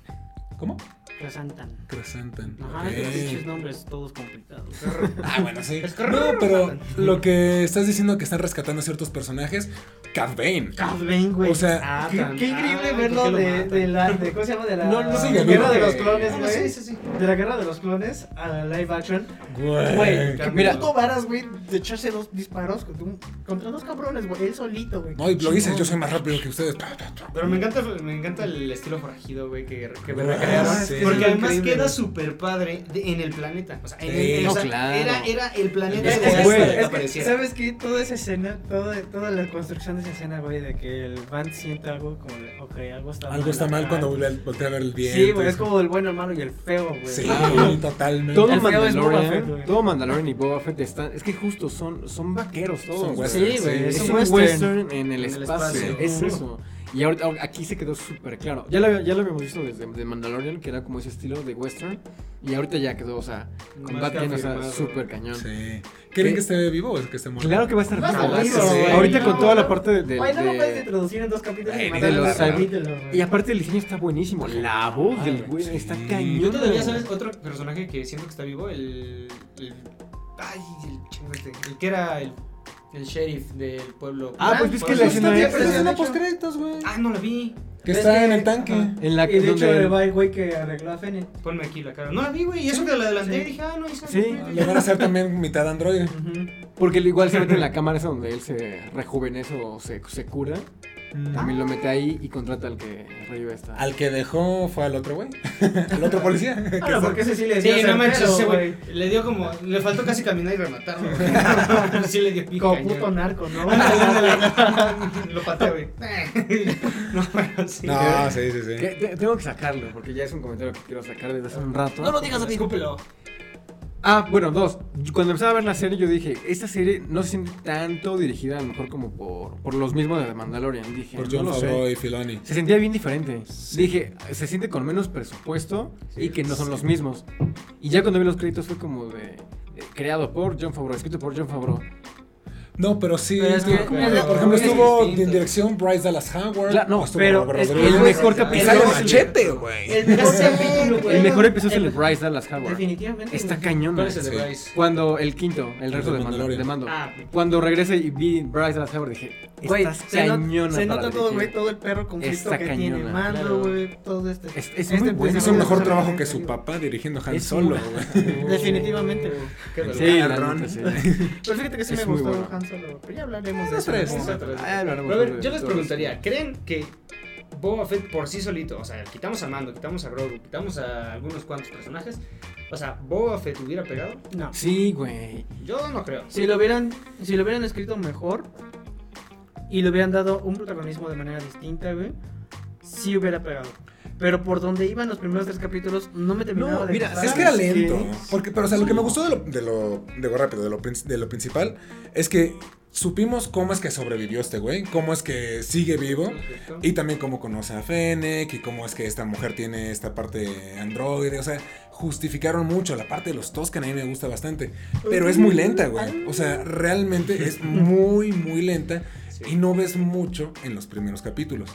S1: ¿Cómo?
S3: Krasantan.
S1: Cresantan.
S3: Ajá,
S1: ok.
S3: esos pinches nombres todos complicados.
S1: Ah, bueno, sí.
S4: Es que-
S1: No, pero lo que estás diciendo que están rescatando ciertos personajes, Cad Bane.
S3: Cabrón, güey.
S1: O sea,
S4: Ah,
S3: Qué,
S4: tan-
S3: qué increíble
S4: ah, ¿por
S3: verlo
S4: qué lo
S3: de,
S4: matan?
S3: de la. De, ¿Cómo se llama? De la
S1: No, no, sí, ya
S3: guerra
S1: vi.
S3: de los
S4: Ah,
S3: clones,
S4: no,
S3: güey.
S4: sí, sí, sí.
S3: De la guerra de los clones a la live action.
S1: güey. eh,
S3: Güey,
S4: qué
S2: mira.
S3: puto varas, güey, de echarse dos disparos contra, un- contra dos cabrones, güey. Él solito, güey.
S1: No, y lo dices,
S3: Chingón.
S1: yo soy más rápido que ustedes. Ta, ta, ta.
S4: Pero me encanta, me encanta el estilo forajido, güey, que, que me
S1: Ah,
S4: recrearon.
S1: sí.
S4: Porque
S3: Sí,
S4: además
S3: increíble,
S4: queda
S3: güey.
S4: súper padre de- en el planeta. O sea, en
S1: Sí.
S4: el, o
S2: No,
S4: sea,
S2: claro.
S4: era, era el planeta
S1: Es
S4: que
S1: que,
S4: hasta
S1: güey,
S4: que
S3: Es que,
S4: apareciera.
S3: ¿sabes qué? Toda esa escena, toda, toda la construcción de esa esa escena, güey, de que el Van siente algo como de, ok, algo está mal.
S1: Algo está mal
S3: acá.
S1: cuando voltea, voltea a ver el viento.
S3: Sí, güey, es como el bueno, el malo y el feo, güey. Ah,
S1: Sí,
S2: Claro.
S1: totalmente.
S2: Todo
S3: El feo es Boba
S2: Mandalorian,
S3: Fett, güey.
S2: todo Mandalorian y Boba Fett están. Es que justo son, son vaqueros todos.
S1: Son
S2: güey.
S1: western,
S2: Sí, güey,
S1: sí.
S2: Es,
S3: Es
S2: un
S3: un
S2: western, en el
S3: el
S2: espacio.
S3: espacio.
S2: Es eso. Y ahorita ahora- aquí se quedó súper claro. Ya lo, ya lo habíamos visto desde de Mandalorian, que era como ese estilo de western. Y ahorita ya quedó, o sea, con
S4: Más
S2: Batman, o sea,
S4: confirmado.
S2: súper cañón.
S1: Sí. ¿Quieren
S2: ¿Qué?
S1: que esté vivo o es que esté muerto?
S2: Claro que va a estar
S3: Va a estar
S2: vivo,
S1: vivo,
S2: güey.
S1: güey.
S2: Ahorita
S1: No,
S2: con toda
S3: no.
S2: la parte de. de-
S3: Güey, no lo
S2: de-
S3: puedes introducir en dos capítulos.
S1: Ay,
S3: y
S1: de
S3: mandarlo
S2: los
S3: a la capítulo,
S2: Y
S3: güey.
S2: aparte el diseño está buenísimo. La voz del güey
S1: sí.
S2: está
S4: Yo
S2: cañón.
S4: todavía sabes otro personaje que siento que está vivo, el. el- ay, el chingo este. El que era el, el sheriff del pueblo.
S2: Ah, pues ves
S4: es
S2: que la escena
S1: Está
S2: es-
S1: bien, pero es
S2: de
S1: una
S2: hecho-
S1: postcréditos, güey.
S4: Ah, no la vi.
S1: Que
S3: Ves
S1: está en el
S3: que-
S1: tanque.
S3: ajá.
S2: En la
S3: Y de hecho
S2: donde-
S3: le va el güey que arregló a Fennel.
S4: Ponme aquí la cara. No la vi, güey. Y eso que la adelanté y dije, ah, no, esa.
S2: Sí.
S1: Le van a hacer también mitad androide.
S2: Porque igual se mete en la cámara esa donde él se rejuvenece o se, se cura. También lo mete ahí y contrata al que revive esta.
S1: Al que dejó fue al otro güey. al otro policía. que
S3: Claro,
S1: está-
S3: Ah, porque ese sí le
S4: Sí,
S3: decía
S4: no manches,
S3: certero,
S4: ese güey. Le dio como. Le faltó casi caminar y rematarlo. güey. sí, le dio pica.
S3: Como puto narco, ¿no?
S4: Lo pateó, güey. no, pero sí.
S1: No, sí, sí, sí.
S2: Que te- tengo que sacarlo porque ya es un comentario que quiero sacar desde hace un rato.
S4: No lo digas, amigo. Escúpelo.
S2: Ah, bueno, dos. Yo Cuando empecé a ver la serie, yo dije: Esta serie no se siente tanto dirigida, a lo mejor como por, por los mismos de The Mandalorian. Dije:
S1: Por
S2: no
S1: John
S2: lo sé.
S1: Favreau y Filoni.
S2: Se sentía bien diferente. Dije, se siente con menos presupuesto
S4: Sí,
S2: y que no son
S1: sí.
S2: los mismos. Y ya cuando vi los créditos fue como de. eh, creado por John Favreau, escrito por John Favreau.
S1: No, pero sí.
S3: Pero es que-
S1: tuvo-
S3: pero-
S1: por ejemplo,
S4: es
S1: estuvo
S4: distinto.
S1: en dirección Bryce Dallas Howard.
S2: Claro, no,
S1: estuvo
S3: pero
S1: Robert
S3: es que
S1: Rodríguez.
S2: el mejor
S1: Y
S2: capítulo.
S1: sale
S2: es el-
S1: machete, güey.
S3: El mejor
S4: Sí.
S3: capítulo, güey.
S2: El mejor episodio es el de
S3: mejor-
S2: Bryce Dallas Howard.
S3: Definitivamente.
S2: Está
S3: güey.
S2: cañón.
S4: ¿Cuál es el de
S1: Sí.
S4: Bryce?
S2: Cuando el quinto, el resto
S1: de
S2: de, mando,
S1: Mandalorian.
S2: de mando.
S4: Ah,
S2: Cuando regresé y vi Bryce Dallas Howard dije,
S3: Güey,
S2: estás
S3: se not-
S2: cañona
S3: Se
S2: para
S3: nota todo,
S2: dirigir".
S3: güey, todo el perro conflicto
S2: Está
S3: que
S2: cañona,
S3: tiene.
S2: claro.
S3: Mando, güey, todo este.
S2: Es- es muy bueno.
S1: Hizo un mejor trabajo que su papá dirigiendo Han
S2: Es
S1: Solo,
S2: una-
S1: güey.
S3: Definitivamente, güey.
S4: Qué dolor.
S2: Sí, la
S1: Cabrón.
S2: neta, sí.
S3: Pero fíjate que sí
S2: Es
S3: me
S2: muy
S3: gustó
S2: bueno.
S3: Han Solo, güey, pero ya hablaremos de
S1: Los
S3: eso.
S1: tres.
S3: ¿no?
S4: Vamos atrás.
S2: Ah, hablaremos
S4: Pero a ver,
S2: sobre
S4: yo les
S2: todo.
S4: preguntaría, ¿creen que Boba Fett por sí solito, o sea, quitamos a Mando, quitamos a Grogu, quitamos a algunos cuantos personajes, o sea, Boba Fett hubiera pegado?
S3: No.
S2: Sí, güey.
S4: Yo no creo.
S3: Si lo hubieran, si lo hubieran escrito mejor y le hubieran dado un protagonismo de manera distinta, güey, sí hubiera pegado. Pero por donde iban los primeros tres capítulos no me terminaba
S2: No,
S3: de
S2: mira,
S3: gustar.
S1: Es que era
S2: ¿Sabes
S1: lento.
S2: qué?
S1: Porque, pero, o sea, lo que me gustó de lo, de lo- digo rápido, de lo, prin- de lo principal, es que supimos cómo es que sobrevivió este güey, cómo es que sigue vivo.
S4: Perfecto.
S1: Y también cómo conoce a Fennec y cómo es que esta mujer tiene esta parte androide. O sea, justificaron mucho. La parte de los Toscan a mí me gusta bastante. Pero es muy lenta, güey. O sea, realmente es muy, muy lenta.
S4: Sí.
S1: Y no ves mucho en los primeros capítulos.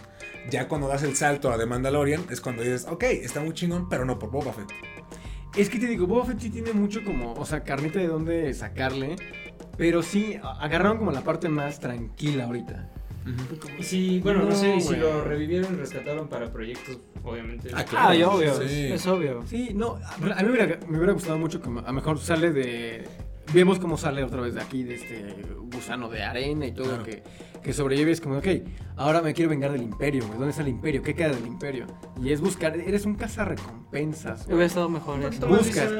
S1: Ya cuando das el salto a The Mandalorian es cuando dices, ok, está muy chingón, pero no por Boba Fett.
S2: Es que te digo, Boba Fett sí tiene mucho como, o sea, carnita de dónde sacarle. Pero sí, a- agarraron como la parte más tranquila ahorita.
S4: Y si, bueno, no,
S2: No,
S4: sé, y si
S2: güey.
S4: lo revivieron, rescataron para proyectos, obviamente.
S3: Ah, y obvio,
S1: Sí.
S3: es obvio.
S2: Sí, no, a a mí me hubiera, me hubiera gustado mucho que a lo mejor sale de... Vemos cómo sale otra vez de aquí, de este gusano de arena y todo
S1: Claro.
S2: que, que sobrevive. Es como, ok, ahora me quiero vengar del imperio, güey. ¿Dónde está el imperio? ¿Qué queda del imperio? Y es buscar, eres un cazarrecompensas, güey.
S3: Hubiera estado mejor eso.
S2: más Buscas.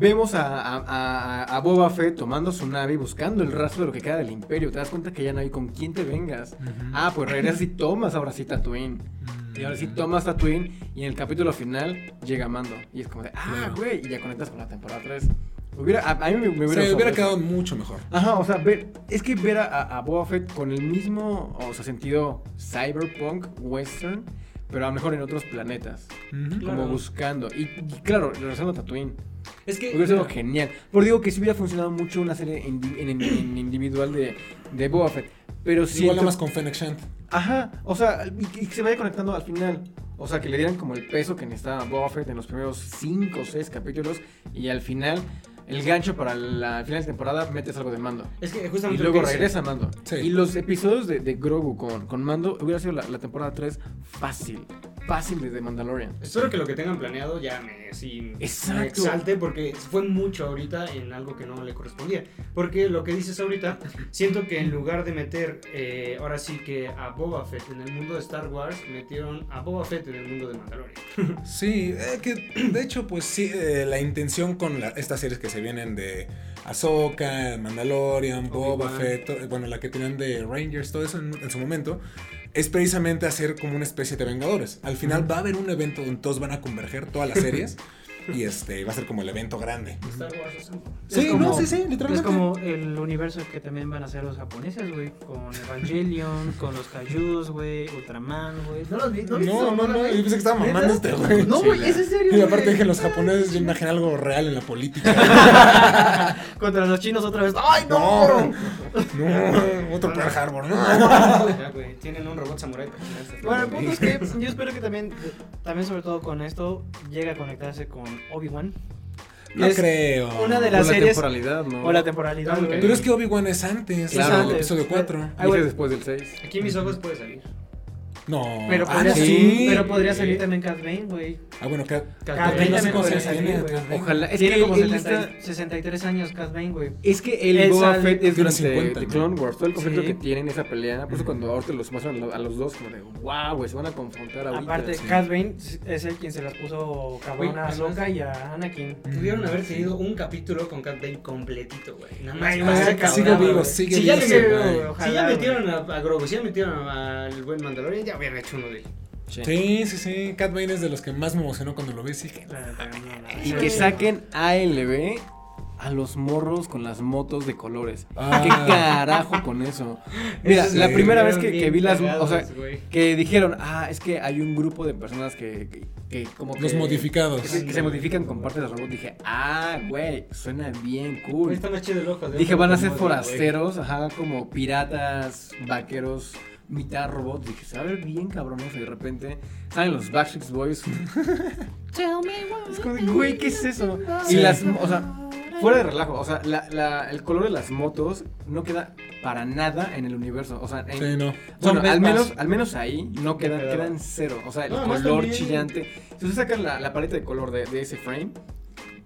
S2: Vemos a, a- a- a Boba Fett tomando su nave y buscando el rastro de lo que queda del imperio. Te das cuenta que ya no hay con quién te vengas. Ah, pues regresas y tomas ahora sí Tatooine. Y ahora sí tomas Tatooine y en el capítulo final llega Mando. Y es como de, ah, güey, y ya conectas con la temporada 3. Hubiera, a, a mí me, me
S1: Se
S2: hubiera
S1: hubiera
S2: sorprendido.
S1: quedado mucho mejor.
S2: Ajá, o sea, ver, es que ver a, a Boba Fett con el mismo, o sea, sentido cyberpunk, western, pero a lo mejor en otros planetas.
S4: Claro.
S2: Como buscando. Y, y claro, regresando a Tatooine.
S4: Es que.
S2: Hubiera sido genial. Por digo que sí hubiera funcionado mucho una serie en, en- en- en individual de, de Boba Fett. Pero sí.
S1: Igual nada más con Fennec Shand.
S2: Ajá. O sea, y, y que se vaya conectando al final. O sea, que le dieran como el peso que necesitaba Boba Fett en los primeros 5 o 6 capítulos. Y al final, el gancho para la al final de temporada, metes algo de mando.
S4: Es que
S2: Y
S4: justamente. lo
S2: luego
S4: que dice-
S2: regresa Mando.
S1: Sí.
S2: Y los episodios de, de Grogu con, con Mando hubiera sido la, la temporada 3 fácil. Fácil desde Mandalorian.
S4: Espero que lo que tengan planeado ya me, sí, me
S2: Exacto.
S4: exalte porque fue mucho ahorita en algo que no le correspondía. Porque lo que dices ahorita, siento que en lugar de meter eh, ahora sí que a Boba Fett en el mundo de Star Wars, metieron a Boba Fett en el mundo de Mandalorian.
S1: Sí, eh, que de hecho, pues sí, eh, la intención con la- estas series que se vienen de Ahsoka, Mandalorian, Boba
S2: Obi-Wan.
S1: Fett, to- bueno, la que tenían de Rangers, todo eso en, en su momento, es precisamente hacer como una especie de Vengadores. Al final va a haber un evento donde todos van a converger todas las series y este va a ser como el evento grande.
S4: Star Wars es un-
S1: Sí,
S3: Es como-
S1: no, sí, sí,
S3: Es
S1: literalmente.
S3: como el universo que también van a hacer los japoneses, güey. Con Evangelion, con los Kaijus, güey. Ultraman, güey. No los vi, no, viste esa
S1: No, no,
S3: mamada,
S1: no, yo
S3: güey?
S1: pensé que estaba mamando este güey.
S3: No, güey, es en serio.
S1: Y aparte
S3: güey.
S1: dije, los japoneses, yo imaginé algo real en la política.
S3: Contra los chinos otra vez. ¡Ay,
S1: No,
S3: no!
S1: no, otro Pearl Harbor, no.
S4: Ya, güey, Tienen un robot samurái para chingarse.
S3: Bueno, el punto es que yo espero que también, también sobre todo con esto, llegue a conectarse con Obi-Wan.
S1: No
S3: Es
S1: creo.
S3: Una de
S2: Por la
S3: las series.
S2: temporalidad, ¿no?
S3: O la
S2: Ah,
S3: temporalidad,
S4: Claro,
S3: güey.
S1: Pero es que Obi-Wan es antes,
S2: Claro.
S1: es el
S2: Antes.
S1: episodio 4.
S3: Ah,
S2: Dije
S3: güey.
S2: después del 6.
S4: Aquí mis ojos puede salir.
S1: No.
S3: Pero
S1: Ah,
S3: podría,
S1: no,
S2: sí.
S3: pero podría salir también Cat Bane, güey.
S1: Ah, bueno, que.
S3: Cat
S1: Bane
S3: Bane
S1: no sé
S3: también
S1: cuántos
S3: podría
S1: años tiene,
S3: salir, güey.
S1: Cat Bane.
S2: Ojalá. Es
S3: Tiene
S2: que
S3: como
S2: él
S3: 70
S2: está-
S3: 63 años Cat Bane, güey.
S2: Es que el
S3: Él
S2: Boba
S3: sale-
S2: Fett es
S1: Tiene
S2: durante
S1: 50,
S2: The
S1: ¿no?
S2: Clone Wars. Todo el conflicto
S3: Sí.
S2: que tienen esa pelea. Por eso cuando ahorita los muestran a los dos, como de wow, güey, se van a confrontar ahorita.
S3: Aparte,
S2: Sí.
S3: Cat Bane es el quien se las puso cabrón
S4: Güey,
S3: a
S4: además-
S3: Ahsoka y a Anakin.
S4: Pudieron haber tenido un capítulo con Cat Bane completito, güey. Nada más.
S3: Mm, Ay,
S4: para
S3: güey,
S4: ser
S3: cabrón,
S1: sigue
S4: güey.
S1: vivo, sigue
S4: si
S1: vivo.
S4: Ya
S1: ese
S4: le
S1: güey.
S4: met-
S3: Ojalá,
S4: si ya
S3: güey.
S4: metieron a, a Grogu, si ya metieron a- al buen Mandalorian, ya habían hecho uno de él.
S1: Sí, sí, sí. Cat Bane es de los que más me emocionó cuando lo vi. Sí, que-
S2: Y que saquen ALB a los morros con las motos de colores.
S1: Ah.
S2: ¿Qué carajo con eso? Mira,
S4: Esos
S2: la
S1: se
S2: primera vez que,
S4: vieron
S2: que vi
S4: bien
S2: las. O
S4: cagados,
S2: sea,
S4: güey.
S2: que dijeron, ah, es que hay un grupo de personas que. que- que como que-
S1: Los modificados.
S2: Que, se- que se modifican con partes de los robots. Dije, ah, güey, suena bien
S3: Pues
S2: cool.
S4: Está más chido el ojo. de
S2: Dije,
S4: otro
S2: van a ser
S4: modo, güey.
S2: forasteros, ajá, como piratas, vaqueros, mitad robot. Dije, se va a ver bien cabrones. Y de repente salen los Backstreet Boys. Es como de, güey, ¿qué es eso?
S1: Sí.
S2: Y las, o sea, fuera de relajo, o sea, la, la- el color de las motos no queda para nada en el universo. O sea, en-
S1: Sí, no.
S2: bueno,
S3: Son
S2: al
S3: Vespas.
S2: menos, al menos ahí no quedan,
S4: quedaba.
S2: quedan cero. O sea, el
S4: No, además
S2: color
S4: también-
S2: chillante. Si usted saca la, la paleta de color de, de ese frame,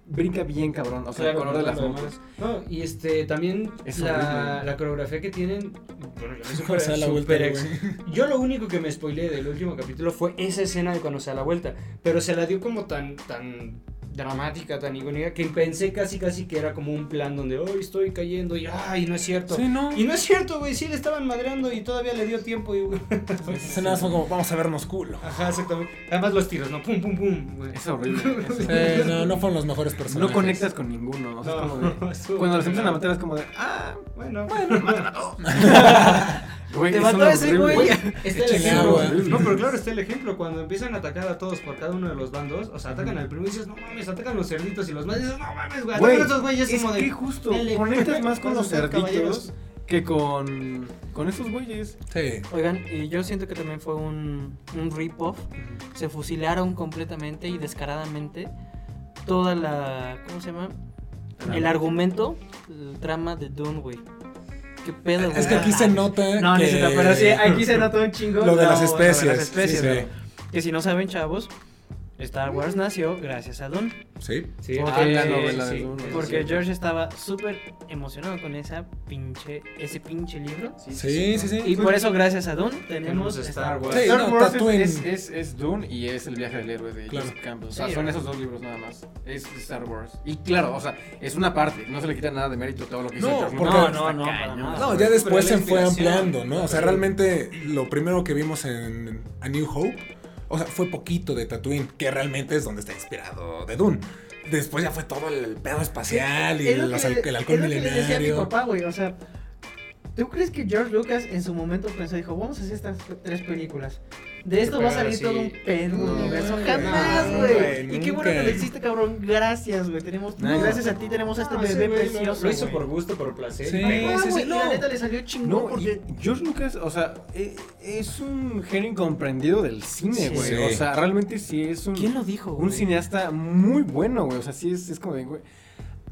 S2: brinca bien cabrón. O
S4: Claro,
S2: sea, el color de
S4: no,
S2: las
S4: lo demás.
S2: motos.
S4: No, y este, también
S2: Es
S4: la,
S2: horrible.
S4: la coreografía que tienen. Bueno, yo me super,
S1: O sea, la vuelta,
S4: super
S1: güey.
S4: ex- Yo lo único que me spoileé del último capítulo fue esa escena de cuando se da la vuelta. Pero se la dio como tan, tan dramática, tan icónica, que pensé casi, casi que era como un plan donde hoy estoy cayendo y ay, no es cierto.
S1: Sí, no.
S4: Y no es cierto, güey, sí le estaban madreando y todavía le dio tiempo y güey.
S3: pues,
S1: Esas nada son como, vamos a vernos culo.
S4: Ajá, exactamente. Además los tiros, ¿no? Pum, pum, pum. güey.
S2: Es horrible. es horrible.
S1: Sí, no, no fueron los mejores personajes.
S2: No conectas con ninguno. O sea, es
S4: No,
S2: como de-
S4: estuvo
S2: cuando los
S4: muy
S2: empiezan a
S4: mal.
S2: matar es como de, ah,
S4: Bueno,
S2: güey,
S3: Te
S2: es
S3: mató
S2: una
S3: ese güey.
S2: horrible-
S4: Está el
S1: Échenle
S4: ejemplo.
S1: agua.
S4: No, pero claro, está el ejemplo. Cuando empiezan a atacar a todos por cada uno de los bandos, o sea, atacan al primero y dices, no mames, atacan los cerditos y los más dices, no mames, güey, atacan
S2: Güey,
S4: a esos güeyes
S2: es
S4: como de.
S2: que justo
S4: dale,
S2: conectas más con
S4: vas a
S2: los
S4: ser
S2: cerditos
S4: caballeros.
S2: que con, con esos güeyes.
S1: Sí.
S3: Oigan, y yo siento que también fue un, un rip-off. Se fusilaron completamente y descaradamente toda la. ¿Cómo se llama? El argumento, el trama de Dune, güey. ¿Qué pedo, güey?
S1: Es que aquí se nota.
S3: No,
S1: que...
S3: necesito, pero sí, aquí se nota un chingo.
S1: Lo de las
S3: lo de las
S1: especies,
S3: especies,
S1: sí, sí.
S3: ¿no? Que si no saben, chavos, Star Wars nació gracias a Dune.
S1: Sí.
S4: Sí,
S3: Porque-
S4: ah, la
S3: sí,
S4: novela
S2: sí,
S4: de Dune,
S2: es
S3: Porque
S4: sí.
S3: George estaba súper emocionado con esa pinche, ese pinche libro.
S1: Sí, sí, sí.
S3: Y por eso, gracias a Dune, tenemos
S4: Tenemos
S3: Star Wars.
S1: Sí,
S2: Star
S1: no,
S2: Wars
S1: Tatooine.
S2: es, es, es, es Dune y es El viaje del héroe de
S1: Claro.
S2: Joseph Campbell. O sea,
S3: Sí,
S2: son
S3: güey.
S2: esos dos libros nada más. Es Star Wars. Y claro, o sea, es una parte. No se le quita nada de mérito todo lo que hizo
S1: No,
S2: George
S1: porque-
S2: Lucas.
S3: No, no,
S2: Está
S3: no, para
S2: cañón.
S3: nada.
S1: No, ya después se
S4: Ah, Pero la
S1: fue
S4: inspiración.
S1: ampliando, ¿no? O sea, realmente lo primero que vimos en A New Hope, o sea, fue poquito de Tatooine, que realmente es donde está inspirado de Dune. Después ya fue todo el pedo espacial y
S3: Es lo
S1: los
S3: que
S1: al-
S3: le-
S1: el halcón
S3: es lo que le decía a mi
S1: milenario.
S3: papá, güey, o sea, ¿tú crees que George Lucas en su momento pensó, dijo, vamos a hacer estas tres películas? De esto va a
S4: Pero
S3: salir
S4: sí.
S3: todo un pedo
S1: No,
S3: universo.
S1: güey,
S3: Jamás,
S1: no,
S3: güey.
S1: güey,
S3: y qué bueno
S1: nunca.
S3: que lo existe, cabrón. Gracias, güey. Tenemos,
S2: No.
S3: gracias a ti tenemos a este
S4: No, Ah, ese
S3: bebé
S4: güey lo-
S3: precioso.
S4: Lo hizo
S3: güey.
S4: por gusto, por placer.
S1: Sí.
S4: Pegó.
S3: Ah,
S1: Sí, sí,
S3: güey, y la
S1: no.
S3: neta le salió chingón
S2: No,
S3: porque
S2: y George Lucas, o sea, e- es un genio incomprendido del
S3: Sí.
S2: cine, güey.
S1: Sí.
S2: O sea, realmente sí es un,
S3: ¿Quién lo dijo,
S2: un
S3: güey?
S2: cineasta muy bueno, güey. O sea, sí es, es como de, güey.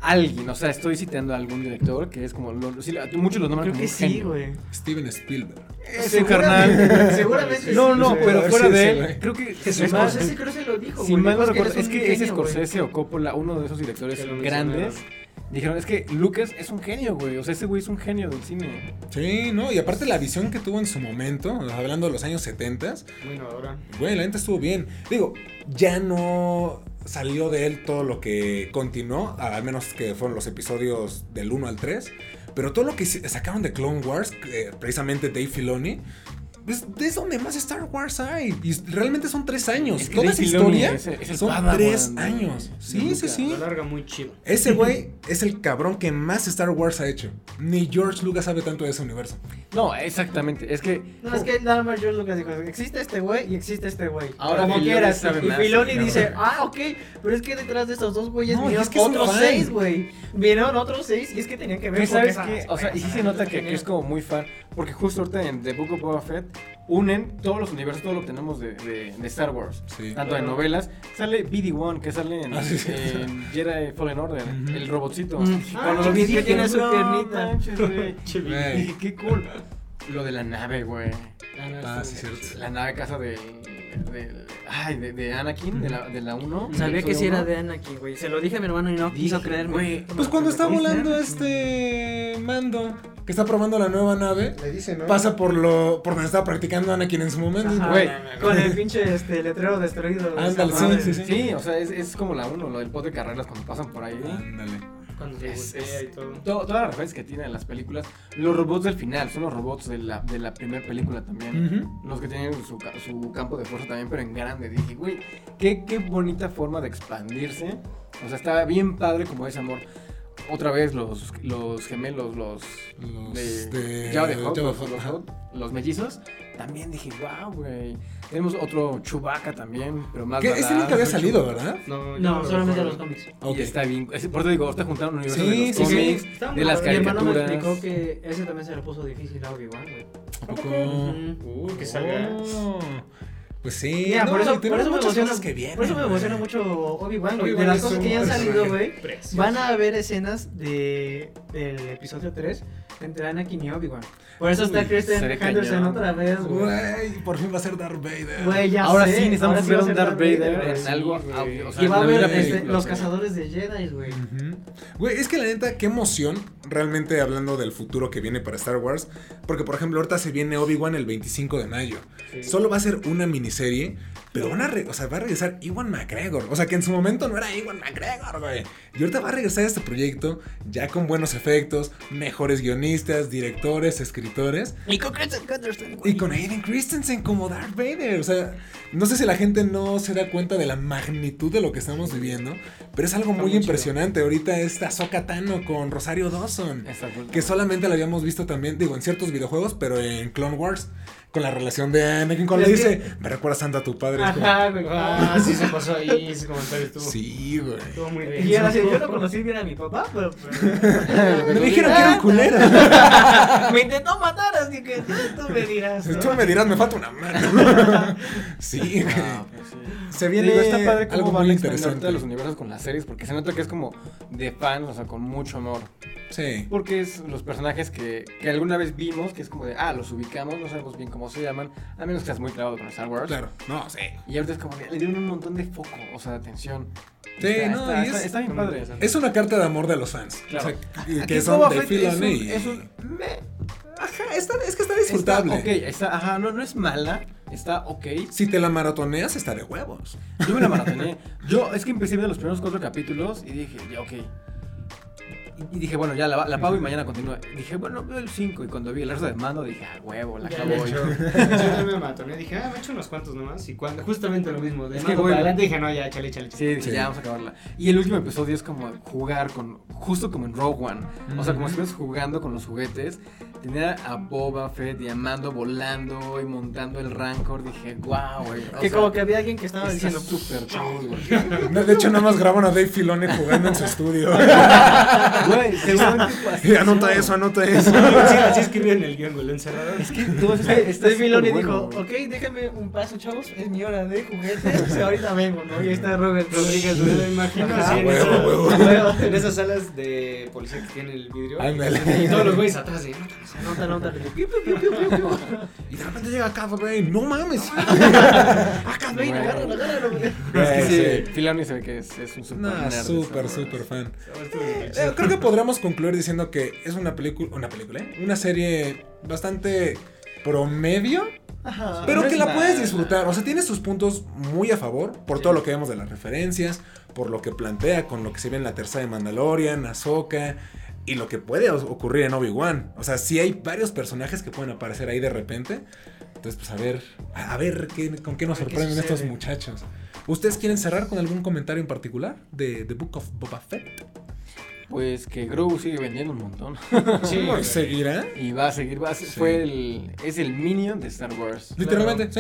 S2: Alguien, o sea, estoy citando a algún director que es como. lo- sí, muchos los nombran
S3: Creo
S2: como
S3: que
S2: un
S3: sí,
S2: genio.
S3: güey.
S1: Steven Spielberg.
S2: Ese carnal.
S3: Eh, Seguramente.
S2: No, no,
S1: Sí,
S2: pero
S1: sí,
S2: fuera
S1: sí,
S2: de
S1: güey.
S2: él, creo que si
S3: Es
S2: mal,
S3: más, ese creo que se lo dijo,
S2: si
S3: güey.
S2: mal
S3: Dijo,
S2: no
S3: es que
S2: recuerdo,
S3: eres
S2: es
S3: un
S2: que es
S3: genio, güey.
S2: Scorsese o Coppola, uno de esos directores
S4: Que lo
S2: grandes, dijeron, es que Lucas es un genio, güey. O sea, ese güey es un genio del cine.
S1: Sí, ¿no? Y aparte la visión que tuvo en su momento, hablando de los años 70,
S4: Muy innovadora.
S1: Güey, la gente estuvo bien. Digo, ya no. salió de él todo lo que continuó, al menos que fueron los episodios del 1 al 3. Pero todo lo que se- sacaron de Clone Wars, eh, precisamente Dave Filoni, es, es donde más Star Wars hay. Y realmente son tres años.
S2: Es que
S1: Toda
S2: Dave
S1: esa
S2: Filoni
S1: historia
S2: es el- es el
S1: son
S2: Padawan
S1: tres
S2: de-
S1: años.
S2: de
S1: Sí, sí,
S2: Lucas.
S1: sí.
S4: Lo larga muy chido.
S1: Ese güey es el cabrón que más Star Wars ha hecho. Ni George Lucas sabe tanto de ese universo.
S2: No, exactamente. Es que.
S3: No, es que nada más George Lucas dijo, existe este güey y existe este güey.
S2: Ahora
S3: como
S2: Filoni
S3: quieras.
S2: sabe
S3: y
S2: más,
S3: Filoni
S2: cabrón.
S3: dice, ah, ok, pero es que detrás de estos dos güeyes
S1: No, y
S3: vinieron
S1: es que es un
S3: otros
S1: fan.
S3: seis, güey. Vinieron otros seis y es que tenían que ver
S2: Que
S3: con
S2: sabes
S3: esa-
S2: que, o sea, y sí se nota que, que es como muy fan, porque justo ahorita en The Book of Boba Fett unen todos los universos, todo lo que tenemos de, de- de Star Wars,
S1: Sí.
S2: tanto de novelas, sale BD-1 que sale en,
S1: Ah, sí, sí.
S2: en Jedi Fallen Order,
S1: Ujú.
S2: el robotcito,
S3: Mm.
S2: cuando
S3: Ah,
S2: lo vi
S3: que
S2: dije,
S3: tiene su
S2: "No
S3: piernita".
S2: manches, güey".
S1: Güey.
S2: Dije, qué cool, lo de la nave, güey,
S1: Ah, sí, cierto.
S2: la nave casa de, de- ay, de, de Anakin, de la, de la 1.
S3: Sabía que
S2: episodio
S3: sí era
S2: uno.
S3: de Anakin, güey. Se lo dije a mi hermano y no quiso
S2: Dije,
S3: creerme.
S2: güey,
S1: Pues cuando está
S2: eh.
S1: volando este mando, que está probando la nueva nave,
S7: Le dice, ¿no?
S1: pasa por lo por donde estaba practicando Anakin en su momento.
S3: Ajá,
S2: Güey.
S3: Con el pinche este, letrero destruido. güey,
S1: Ándale,
S3: esa madre.
S1: sí, sí,
S2: Sí, o sea, es, es como la 1, lo del pot de carreras cuando pasan por ahí.
S1: Ándale.
S4: Cuando se
S2: Es-
S4: voltea
S2: es-
S4: y todo.
S2: To- todas las referencias que tienen en las películas, los robots del final, son los robots de la, de la primera película también.
S1: Ujú.
S2: Los que tienen su, ca- su campo de fuerza también, pero en grande. Dije, güey, qué, qué bonita forma de expandirse. O sea, estaba bien padre como ese amor. Otra vez los, los gemelos, los...
S1: Los
S2: De,
S1: de-
S2: Java de Hutt,
S1: Jabba
S2: los,
S1: the Hutt,
S2: los
S1: ajá.
S2: Hutt, los mellizos. También dije, wow, güey. Tenemos otro Chewbacca también, pero más...
S1: Que ese
S2: badass,
S1: nunca había
S2: muy
S1: salido,
S2: chulo.
S1: ¿verdad?
S4: No, yo
S3: No,
S4: lo
S3: solamente
S4: recuerdo.
S3: los cómics.
S1: Ok.
S2: Y está bien. es- Por eso digo, ahorita juntaron un universo
S1: Sí,
S2: de los
S1: sí, sí.
S2: cómics,
S3: Está
S2: de las
S3: muy- Mi hermano me
S2: caricaturas.
S3: explicó que ese también se le puso difícil a Obi-Wan, güey.
S1: ¿A poco?
S3: Ujú.
S4: Uh, que salga.
S1: Oh. Pues sí.
S3: Mira,
S1: No,
S3: por
S1: y
S3: eso,
S1: tenemos
S3: por eso me
S1: muchas
S3: emociona,
S1: cosas que vienen,
S3: por eso me
S1: güey.
S3: emociona mucho Obi-Wan, güey. De
S4: Obi-Wan
S3: las
S4: es
S3: cosas
S4: un
S3: que ya han
S4: personaje
S3: salido, güey,
S4: precioso.
S3: van a haber escenas de, del episodio 3 entre Anakin y Obi-Wan. Por eso está
S2: Uy, se ve
S3: Kristen Henderson
S2: cañón.
S3: otra vez, güey.
S1: Güey, por fin va a ser Darth Vader.
S3: Güey, ya
S2: Ahora
S3: sé,
S2: sí necesitamos
S3: va
S2: ver
S3: a
S2: a un
S3: ser
S2: Darth Vader
S3: güey.
S2: en
S4: sí,
S2: algo
S4: güey.
S2: audio. O sea,
S3: Y va a
S2: en la
S3: haber
S2: primera
S3: este,
S2: película,
S3: los
S2: o sea.
S3: cazadores de Jedi, güey.
S1: Ujú. Güey, es que la neta, qué emoción realmente hablando del futuro que viene para Star Wars. Porque, por ejemplo, ahorita se viene Obi-Wan el 25 de mayo.
S4: Sí.
S1: Solo va a ser una miniserie, pero van a re- o sea, va a regresar Iwan McGregor. O sea, que en su momento no era Iwan McGregor, güey. Y ahorita va a regresar este proyecto ya con buenos efectos, mejores guionistas, directores, escritores.
S3: Y con Kristen Henderson,
S1: Y con Hayden Christensen como Darth Vader. O sea, no sé si la gente no se da cuenta de la magnitud de lo que estamos viviendo, pero es algo
S4: Está
S1: muy
S4: muy
S1: impresionante. Ahorita está Soka Tano con Rosario Dawson,
S2: Está cool.
S1: que solamente la habíamos visto también, digo, en ciertos videojuegos, pero en Clone Wars, con la relación de Anakin cuando
S3: Es
S1: dice, me recuerdas tanto a tu padre. Es como,
S3: Ajá, güey.
S4: Ah, sí se pasó ahí, ese comentario estuvo.
S1: sí, güey.
S4: Estuvo muy bien.
S3: Y ahora sí, yo no conocí bien a mi papá, pero... pero-
S1: Me dijeron que era un culero.
S3: me intentó matar, así que tú, tú me dirás. ¿no?
S1: Tú me dirás, me falta una mano. sí, güey.
S2: Ah, pues sí.
S1: Se
S2: Te
S1: viene
S2: Digo, está padre
S1: eh, algo
S2: cómo van
S1: muy
S2: a expandir ahorita
S1: interesante.
S2: los universos con las series, porque se nota que es como de fans, o sea, con mucho amor.
S1: Sí.
S2: Porque es los personajes que, que alguna vez vimos, que es como de, ah, los ubicamos, no sabemos bien cómo se llaman, a menos que seas muy clavado con Star Wars.
S1: Claro, no, sí.
S2: Y ahorita es como de, le dieron un montón de foco, o sea, de atención.
S1: Sí,
S2: Está-
S1: no,
S2: está,
S1: y
S2: está-
S1: es-
S2: está bien
S4: Está muy
S2: padre.
S4: interesante.
S1: Es una carta de amor de los fans.
S2: Claro.
S1: O sea, que-
S2: Aquí
S1: que son
S2: Boba
S1: de
S2: Fett es
S1: Filoni.
S2: un-
S1: y-
S2: es un- meh,
S1: Ajá, está- es que está disfrutable.
S2: Está, ok, está, ajá, no, no es mala, está ok.
S1: Si te la maratoneas, está de huevos.
S2: Yo me la maratoné. Yo, es que empecé viendo los primeros cuatro capítulos y dije, ya, ok. Y- Y dije, bueno, ya la, la pago y mañana continúa. Dije, bueno, veo el 5. Y cuando vi el resto de mando, dije, ah, huevo, la
S4: Ya
S2: acabo
S4: le
S2: hoy.
S4: echó. Yo también me matoné. Dije, ah, me he hecho unos cuantos nomás. Y cuando, justamente lo mismo. De
S2: Es
S4: es
S2: que, güey,
S4: para adelante dije, no, ya, chale, chale.
S2: Sí,
S4: chale.
S2: dije,
S1: Sí.
S2: ya vamos a acabarla. Y el último episodio es como jugar con, justo como en Rogue One. O sea, como si estuvieras jugando con los juguetes. Tenía a Boba Fett y a Mando volando y montando el Rancor. Dije, wow, güey. o
S3: Que
S2: sea,
S3: como que había alguien que estaba
S2: está
S3: diciendo.
S2: súper cool, güey.
S1: No, de hecho, nada más graban a Dave Filoni jugando en su estudio.
S2: Güey, seguramente fue así,
S1: Y anota
S2: ¿no?
S1: eso, anota eso.
S4: Así, así escribió en el guión, güey, lo encerraron.
S2: Es que todo eso está- está
S3: Este Filoni
S2: súper
S3: dijo,
S2: bueno, güey.
S3: ok, déjame un paso, chavos, es mi hora de juguetes, o sea, ahorita vengo, ¿no? Y ahí está Robert Rodríguez,
S4: Me
S3: güey.
S4: lo imagino
S3: Ajá,
S4: así en,
S1: huevo,
S4: esa-
S1: huevo.
S4: huevo, en esas salas de policía que tiene el vidrio.
S1: Ándale.
S4: Y todos los güeyes atrás de. "No, no, no".
S3: Anota, anota, le digo, piu, piu, piu, piu, piu.
S1: Y de repente llega acá, güey. No mames.
S3: Acá, ven, agárralo, agárralo, güey.
S2: Es que
S1: Eh,
S2: sí, Filoni se ve que es, es un super
S1: No,
S2: nerd de Star
S1: súper,
S2: Wars.
S1: súper fan.
S4: Estuvo muy
S1: Eh,
S4: chido.
S1: creo que podríamos concluir diciendo que es una película, una película, ¿eh? una serie bastante promedio
S3: Ajá.
S1: Pero
S2: No
S1: que
S2: es
S1: la
S2: mal.
S1: puedes disfrutar, o sea, tiene sus puntos muy a favor por todo lo que vemos de las referencias, por lo que plantea con lo que se ve en la tercera de Mandalorian, Ahsoka y lo que puede os- ocurrir en Obi-Wan. O sea, sí hay varios personajes que pueden aparecer ahí de repente. Entonces, pues a ver, a a ver qué, con qué nos
S3: A ver qué
S1: sorprenden estos
S3: sucede.
S1: muchachos. ¿Ustedes quieren cerrar con algún comentario en particular de The Book of Boba Fett?
S2: Pues que Grogu sigue vendiendo un montón.
S4: Sí,
S1: ¿Cómo ¿Seguirá?
S2: Y va a seguir, va a ser-
S1: Sí.
S2: fue el, es el Minion de Star Wars.
S1: Literalmente, sí.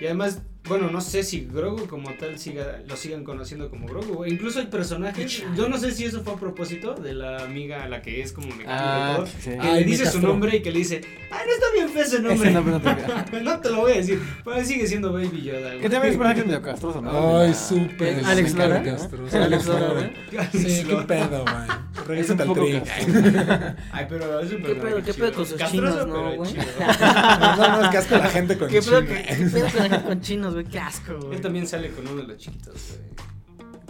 S4: Y además, bueno, no sé si Grogu como tal siga, lo sigan conociendo como Grogu. güey. Incluso hay personajes, yo no sé si eso fue a propósito de la amiga a la que es como mecánico
S2: Ah,
S4: y todo,
S2: sí.
S4: que
S1: Ay,
S4: le
S1: mi
S4: dice su
S1: Castro.
S4: nombre y que le dice, ay, no está bien feo ese nombre.
S2: Ese nombre no te-
S4: No te lo voy a decir, pero sigue siendo Baby Yoda. güey.
S2: Que también es personaje medio castroso, ¿no?
S1: Ay,
S2: De la-
S1: súper.
S2: de la-
S3: Alex
S2: de
S1: Me
S2: la-
S1: encanta
S3: Lora.
S1: Castro.
S2: Alex Lora.
S1: Sí, qué pedo, güey.
S2: Es un
S1: Regrésate al
S2: poco
S1: tri.
S2: castroso.
S4: Ay, pero es un
S7: ¿Qué pedo-
S4: personaje
S7: qué pedo
S4: chido.
S7: con sus
S4: Castroso,
S7: chinos, no,
S4: pero
S7: güey?
S4: chido.
S1: No, no, es que asco la gente con
S3: ¿Qué pedo,
S1: China.
S3: que- qué pedo con la- con chinos, güey? Qué asco, güey.
S4: Él también sale con uno de los chiquitos, güey.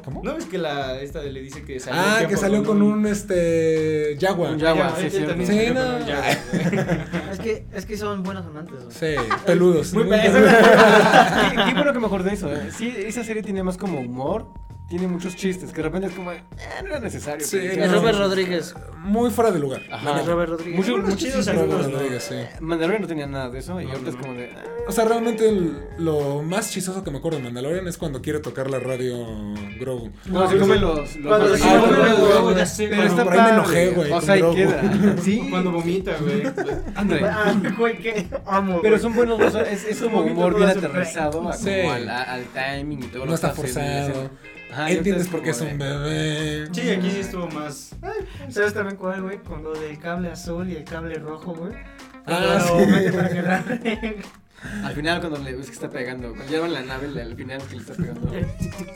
S1: ¿Cómo?
S4: ¿No ves que la esta le dice que salió
S1: ah,
S4: ya
S1: que
S4: por
S1: salió con un este Jaguar.
S2: Un Jaguar,
S4: Ya,
S2: sí,
S4: él
S2: cierto.
S4: también
S1: Sí,
S4: salió con
S1: no.
S4: un Jaguar, güey.
S3: Es que, es que son buenos amantes, güey.
S1: Sí, peludos.
S4: Muy
S1: muy
S4: pe-
S1: peludos.
S2: qué, qué bueno que me acordé de eso. eh. Sí, esa serie tiene más como humor, tiene muchos chistes, que de repente es como, eh, no era necesario.
S1: Sí,
S2: pero-
S1: no.
S7: Es Robert Rodríguez.
S1: Muy fuera de lugar.
S2: Ajá.
S7: Es Robert Rodríguez.
S2: Mucho-
S4: Algunos
S2: muchísimo-
S4: chidos,
S1: Robert
S4: algunos no.
S1: Rodríguez, sí.
S2: Mandalorian no tenía nada de eso y
S4: No,
S2: ahorita
S4: no,
S2: es
S4: no.
S2: como de... ah,
S1: O sea, realmente el- lo más chistoso que me acuerdo de Mandalorian es cuando quiere tocar la radio Grogu.
S2: No, se comen los... los
S3: Cuando
S2: los-
S3: se comen
S2: pero-
S3: los
S4: huevos, ya sé,
S2: Pero
S4: cuando
S2: está
S1: por ahí me
S2: padre.
S1: enojé, güey,
S2: O
S1: con
S2: sea, ahí
S1: Grogu.
S2: queda. Sí.
S4: Cuando vomita, güey.
S2: Ándale.
S3: Ah, güey, qué amo, güey.
S2: Pero son buenos, o sea, es, es como
S3: Un poquito
S2: humor bien
S3: más de-
S2: aterrizado a-
S1: Sí.
S2: como al, a- al timing y todo.
S1: No
S2: lo
S1: está
S2: que hacen y
S1: forzado.
S2: hacen- Ajá, y ahorita
S1: Entiendes
S2: es
S1: por qué es
S2: como
S1: un
S2: de-
S1: bebé.
S4: Sí, aquí sí estuvo más.
S1: Ah,
S3: ¿Sabes también cuál, güey? Con lo del cable azul y el cable rojo, güey.
S1: Ah,
S3: Pero
S1: sí.
S3: mete para que agarre.
S2: Al final cuando le ves que está pegando, cuando llevan la nave, le- al final que le está pegando.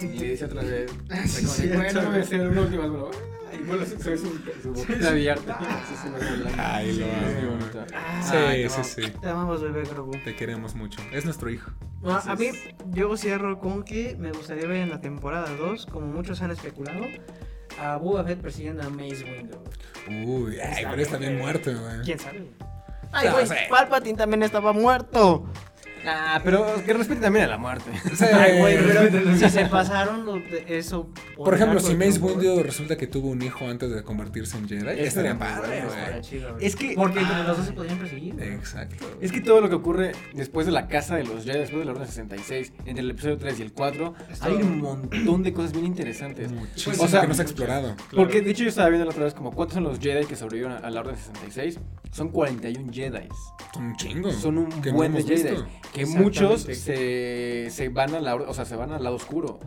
S2: Y le dice otra vez,
S3: sí,
S2: como
S3: cierto,
S2: de, bueno, voy a
S3: güey.
S2: hacer una última, bueno, y bueno, se se ve su, su boquita abierta. Sí, sí, me acuerdo.
S1: Ay, lo
S2: Sí,
S1: amo.
S2: es muy bonito. Ay,
S1: Sí,
S2: Ah, no.
S1: sí, sí.
S3: Te amamos, bebé Grogu.
S1: Te queremos mucho. Es nuestro hijo.
S3: Bueno, a mí, yo cierro con que me gustaría ver en la temporada 2, como muchos han especulado, a Boba Fett persiguiendo a Mace Windu. güey.
S1: Uy, ay, pero está bien muerto, güey.
S3: ¿Quién sabe? Ay,
S1: No
S3: güey,
S1: sé.
S3: Palpatine también estaba muerto.
S2: Ah, pero que respete también a la muerte.
S1: Sí.
S3: Ay, güey, pero si se pasaron lo de- eso.
S1: Por ejemplo,
S3: el
S1: si
S3: arco de
S1: Mace
S3: Grogu,
S1: Windu resulta que tuvo un hijo antes de convertirse en Jedi, estaría padre,
S3: güey, ah,
S1: güey.
S3: estaría chido, güey.
S2: Es que...
S3: Porque los dos se podían perseguir. güey.
S1: Exacto.
S2: Es que todo lo que ocurre después de la casa de los Jedi, después de la Orden 66, entre el episodio 3 y el 4, hay un montón de cosas bien interesantes.
S1: Muchísimo
S2: pues, O sea,
S1: que no se ha explorado.
S2: Porque de hecho yo estaba viendo la otra vez como cuántos son los Jedi que sobrevivieron a- a la Orden 66. Son 41 Jedi.
S1: Son un chingo.
S2: Son un
S1: Hmm. que no
S2: buen de
S1: hemos
S2: Jedi.
S1: visto.
S2: Que
S4: Exactamente.
S2: muchos se, se van a la, or- o sea, se van al lado oscuro.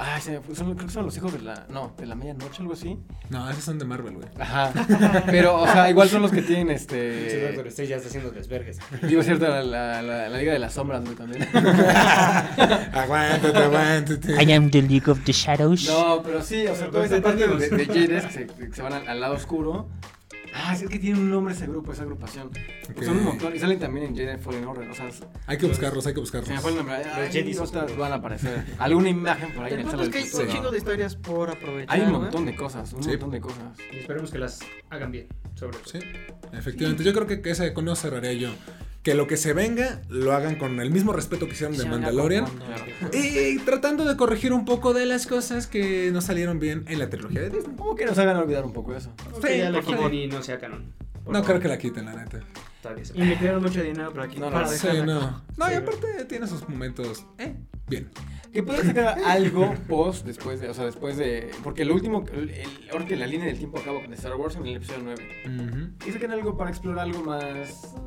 S2: Ay, se me fue- son, creo que son los hijos de la. No, de la medianoche, algo así.
S1: No, esos son de Marvel, güey.
S2: Ajá. Pero, o sea, igual son los que tienen
S4: Sí, doctor,
S2: este.
S4: usted ya está haciendo desvergues.
S2: Digo, cierto, la, la, la- la Liga de las Sombras, güey, también.
S1: Aguántate, aguántate.
S8: I am the League of the Shadows.
S2: No, pero sí, o sea, toda esa parte de, de Jedi's que se, que se van al, al lado oscuro. Ah, sí, es que tiene un nombre ese grupo, esa agrupación. Pues
S1: Ok.
S2: Son un montón y salen también en Jedi Fallen Order. O sea, se
S1: Hay que buscarlos, hay que buscarlos.
S2: me fue el nombre. Ay,
S4: Los Jedis
S2: otras
S4: oscuros.
S2: van a aparecer. Alguna imagen por ahí en
S3: El
S2: el
S3: punto
S2: salón
S3: pues es
S2: del
S3: que hay
S2: futuro.
S3: un chingo de historias por aprovechar.
S2: Hay un
S3: güey.
S2: montón de cosas, un
S1: Sí.
S2: montón de cosas.
S4: Y esperemos que las hagan bien. Sobre todo.
S1: Sí, efectivamente. Yo creo que que ese con eso cerraría yo. Que lo que se venga lo hagan con el mismo respeto que hicieron de
S7: Se van a
S1: Mandalorian.
S7: confundir.
S1: Y tratando de corregir un poco de las cosas que no salieron bien en la trilogía de Disney.
S2: ¿Cómo que nos hagan olvidar un poco eso?
S4: Que ya la
S1: por favor.
S4: quiten y no sea canon. Por
S1: No
S4: favor.
S1: creo que la quiten, la neta.
S4: Todavía se-
S3: Invirtieron mucho dinero para aquí.
S2: No, no,
S3: para
S2: sí,
S1: Sí,
S3: dejarla.
S1: no. No, y
S4: Sí.
S1: aparte tiene sus momentos. Eh, bien.
S2: Que puedan sacar algo post después de, o sea, después de, porque el último, el, el- ahora que la línea del tiempo acaba con Star Wars en el episodio 9.
S1: Ujú.
S2: Y saquen algo para explorar algo más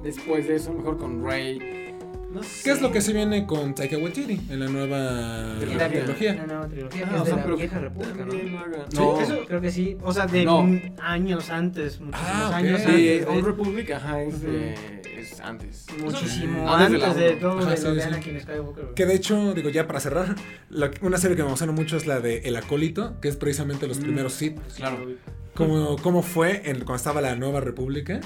S2: después de eso, mejor con Rey. No sé.
S1: ¿Qué es lo que se viene con Taika Waititi en la nueva
S2: Trilogía.
S3: La nueva
S1: trilogía?
S3: trilogía. es
S2: Ajá, Ah, o
S3: de
S2: sea,
S3: la
S2: pero
S3: vieja república, ¿no?
S2: también lo hagan.
S1: Sí,
S2: No.
S3: Eso creo que sí. O sea, de
S2: No.
S3: mm, años antes, muchísimos
S1: Ah, ok.
S3: años
S1: Sí,
S2: Eh,
S3: antes. de-
S2: Old Republic, ajá, es, de- es antes.
S3: muchísimo
S1: Ah,
S2: Antes de
S3: antes,
S2: la
S3: de,
S2: uno.
S3: todo
S1: Ajá,
S3: de
S1: sí,
S3: lo de
S1: sí.
S3: Anakin Skywalker. güey.
S1: Que de hecho, digo ya para cerrar, la- una serie que me emociona mucho es la de El Acólito, que es precisamente
S4: Mm.
S1: los primeros Sith.
S2: Claro.
S1: Cómo, cómo fue en- cuando estaba la Nueva República,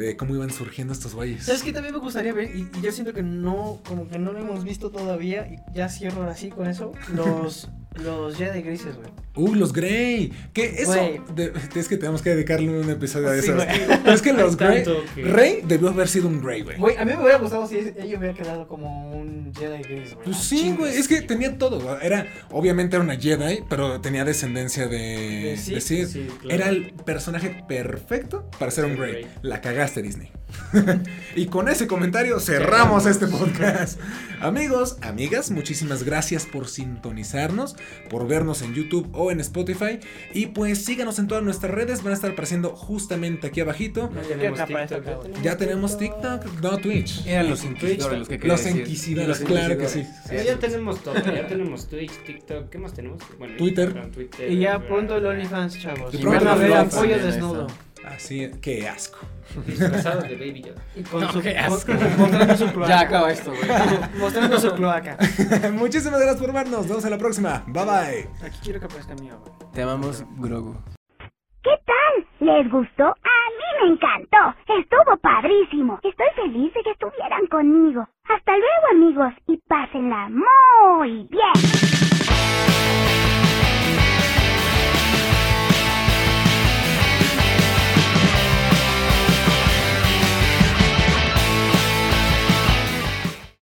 S1: eh, cómo iban surgiendo estos güeyes.
S3: ¿Sabes qué también me gustaría ver? Y, y yo siento que no, como que no lo hemos visto todavía, y ya cierro ahora sí con eso, los Los Jedi grises, güey.
S1: Uh, los Grey. Que eso.
S3: Güey.
S1: de- es que tenemos que dedicarle un episodio a
S3: Sí,
S1: eso.
S3: güey.
S1: Pero es que los Grey.
S4: Tanto que-
S1: Rey debió haber sido un Grey, güey.
S3: Güey, a mí me hubiera gustado si ese- ellos hubieran quedado como un Jedi gris, güey.
S1: Pues
S3: Ah,
S1: sí,
S3: chingas.
S1: güey. Es que tenía todo. güey. Era, obviamente era una Jedi, pero tenía descendencia de.
S3: De Sith,
S1: de Sith.
S4: sí, claro.
S1: Era el personaje perfecto para ser un
S4: Ser
S1: Grey.
S4: Grey.
S1: La cagaste, Disney. y con ese comentario cerramos este podcast. Amigos, amigas, muchísimas gracias por sintonizarnos, por vernos en YouTube o en Spotify. Y pues síganos en todas nuestras redes. Van a estar apareciendo justamente aquí abajito.
S4: No
S3: Creo que
S4: tenemos
S3: aparece
S4: TikTok,
S3: acá, güey.
S1: Ya tenemos TikTok, no Twitch.
S2: Eran los inquisidores los que quería
S1: Los
S2: decir.
S1: inquisidores,
S2: Los
S1: claro que sí.
S2: inquisidores.
S4: Ya, ya tenemos todo, ya tenemos Twitch, TikTok, ¿qué más tenemos? Bueno,
S1: Twitter.
S4: Instagram, Twitter, eh,
S3: Y ya
S4: bla,
S3: pronto el
S4: bla,
S3: OnlyFans, chavos.
S1: Y
S3: Y
S1: pronto
S3: van a
S1: el
S3: ver a
S1: OnlyFans
S3: pollo
S2: también,
S3: desnudo.
S1: Así, es, qué asco.
S4: Disfrazado de Baby Yoda.
S3: Y con
S2: No,
S3: su,
S2: qué asco.
S3: con- mostrando su cloaca.
S2: Ya acaba esto, güey.
S3: mostrando su cloaca.
S1: Muchísimas gracias por vernos. Nos vemos en la próxima. Bye bye.
S3: Aquí quiero que aparezca mío, güey.
S2: Te amamos, Grogu.
S6: ¿Qué tal? ¿Les gustó? A mí me encantó. Estuvo padrísimo. Estoy feliz de que estuvieran conmigo. Hasta luego, amigos, y pásenla muy bien.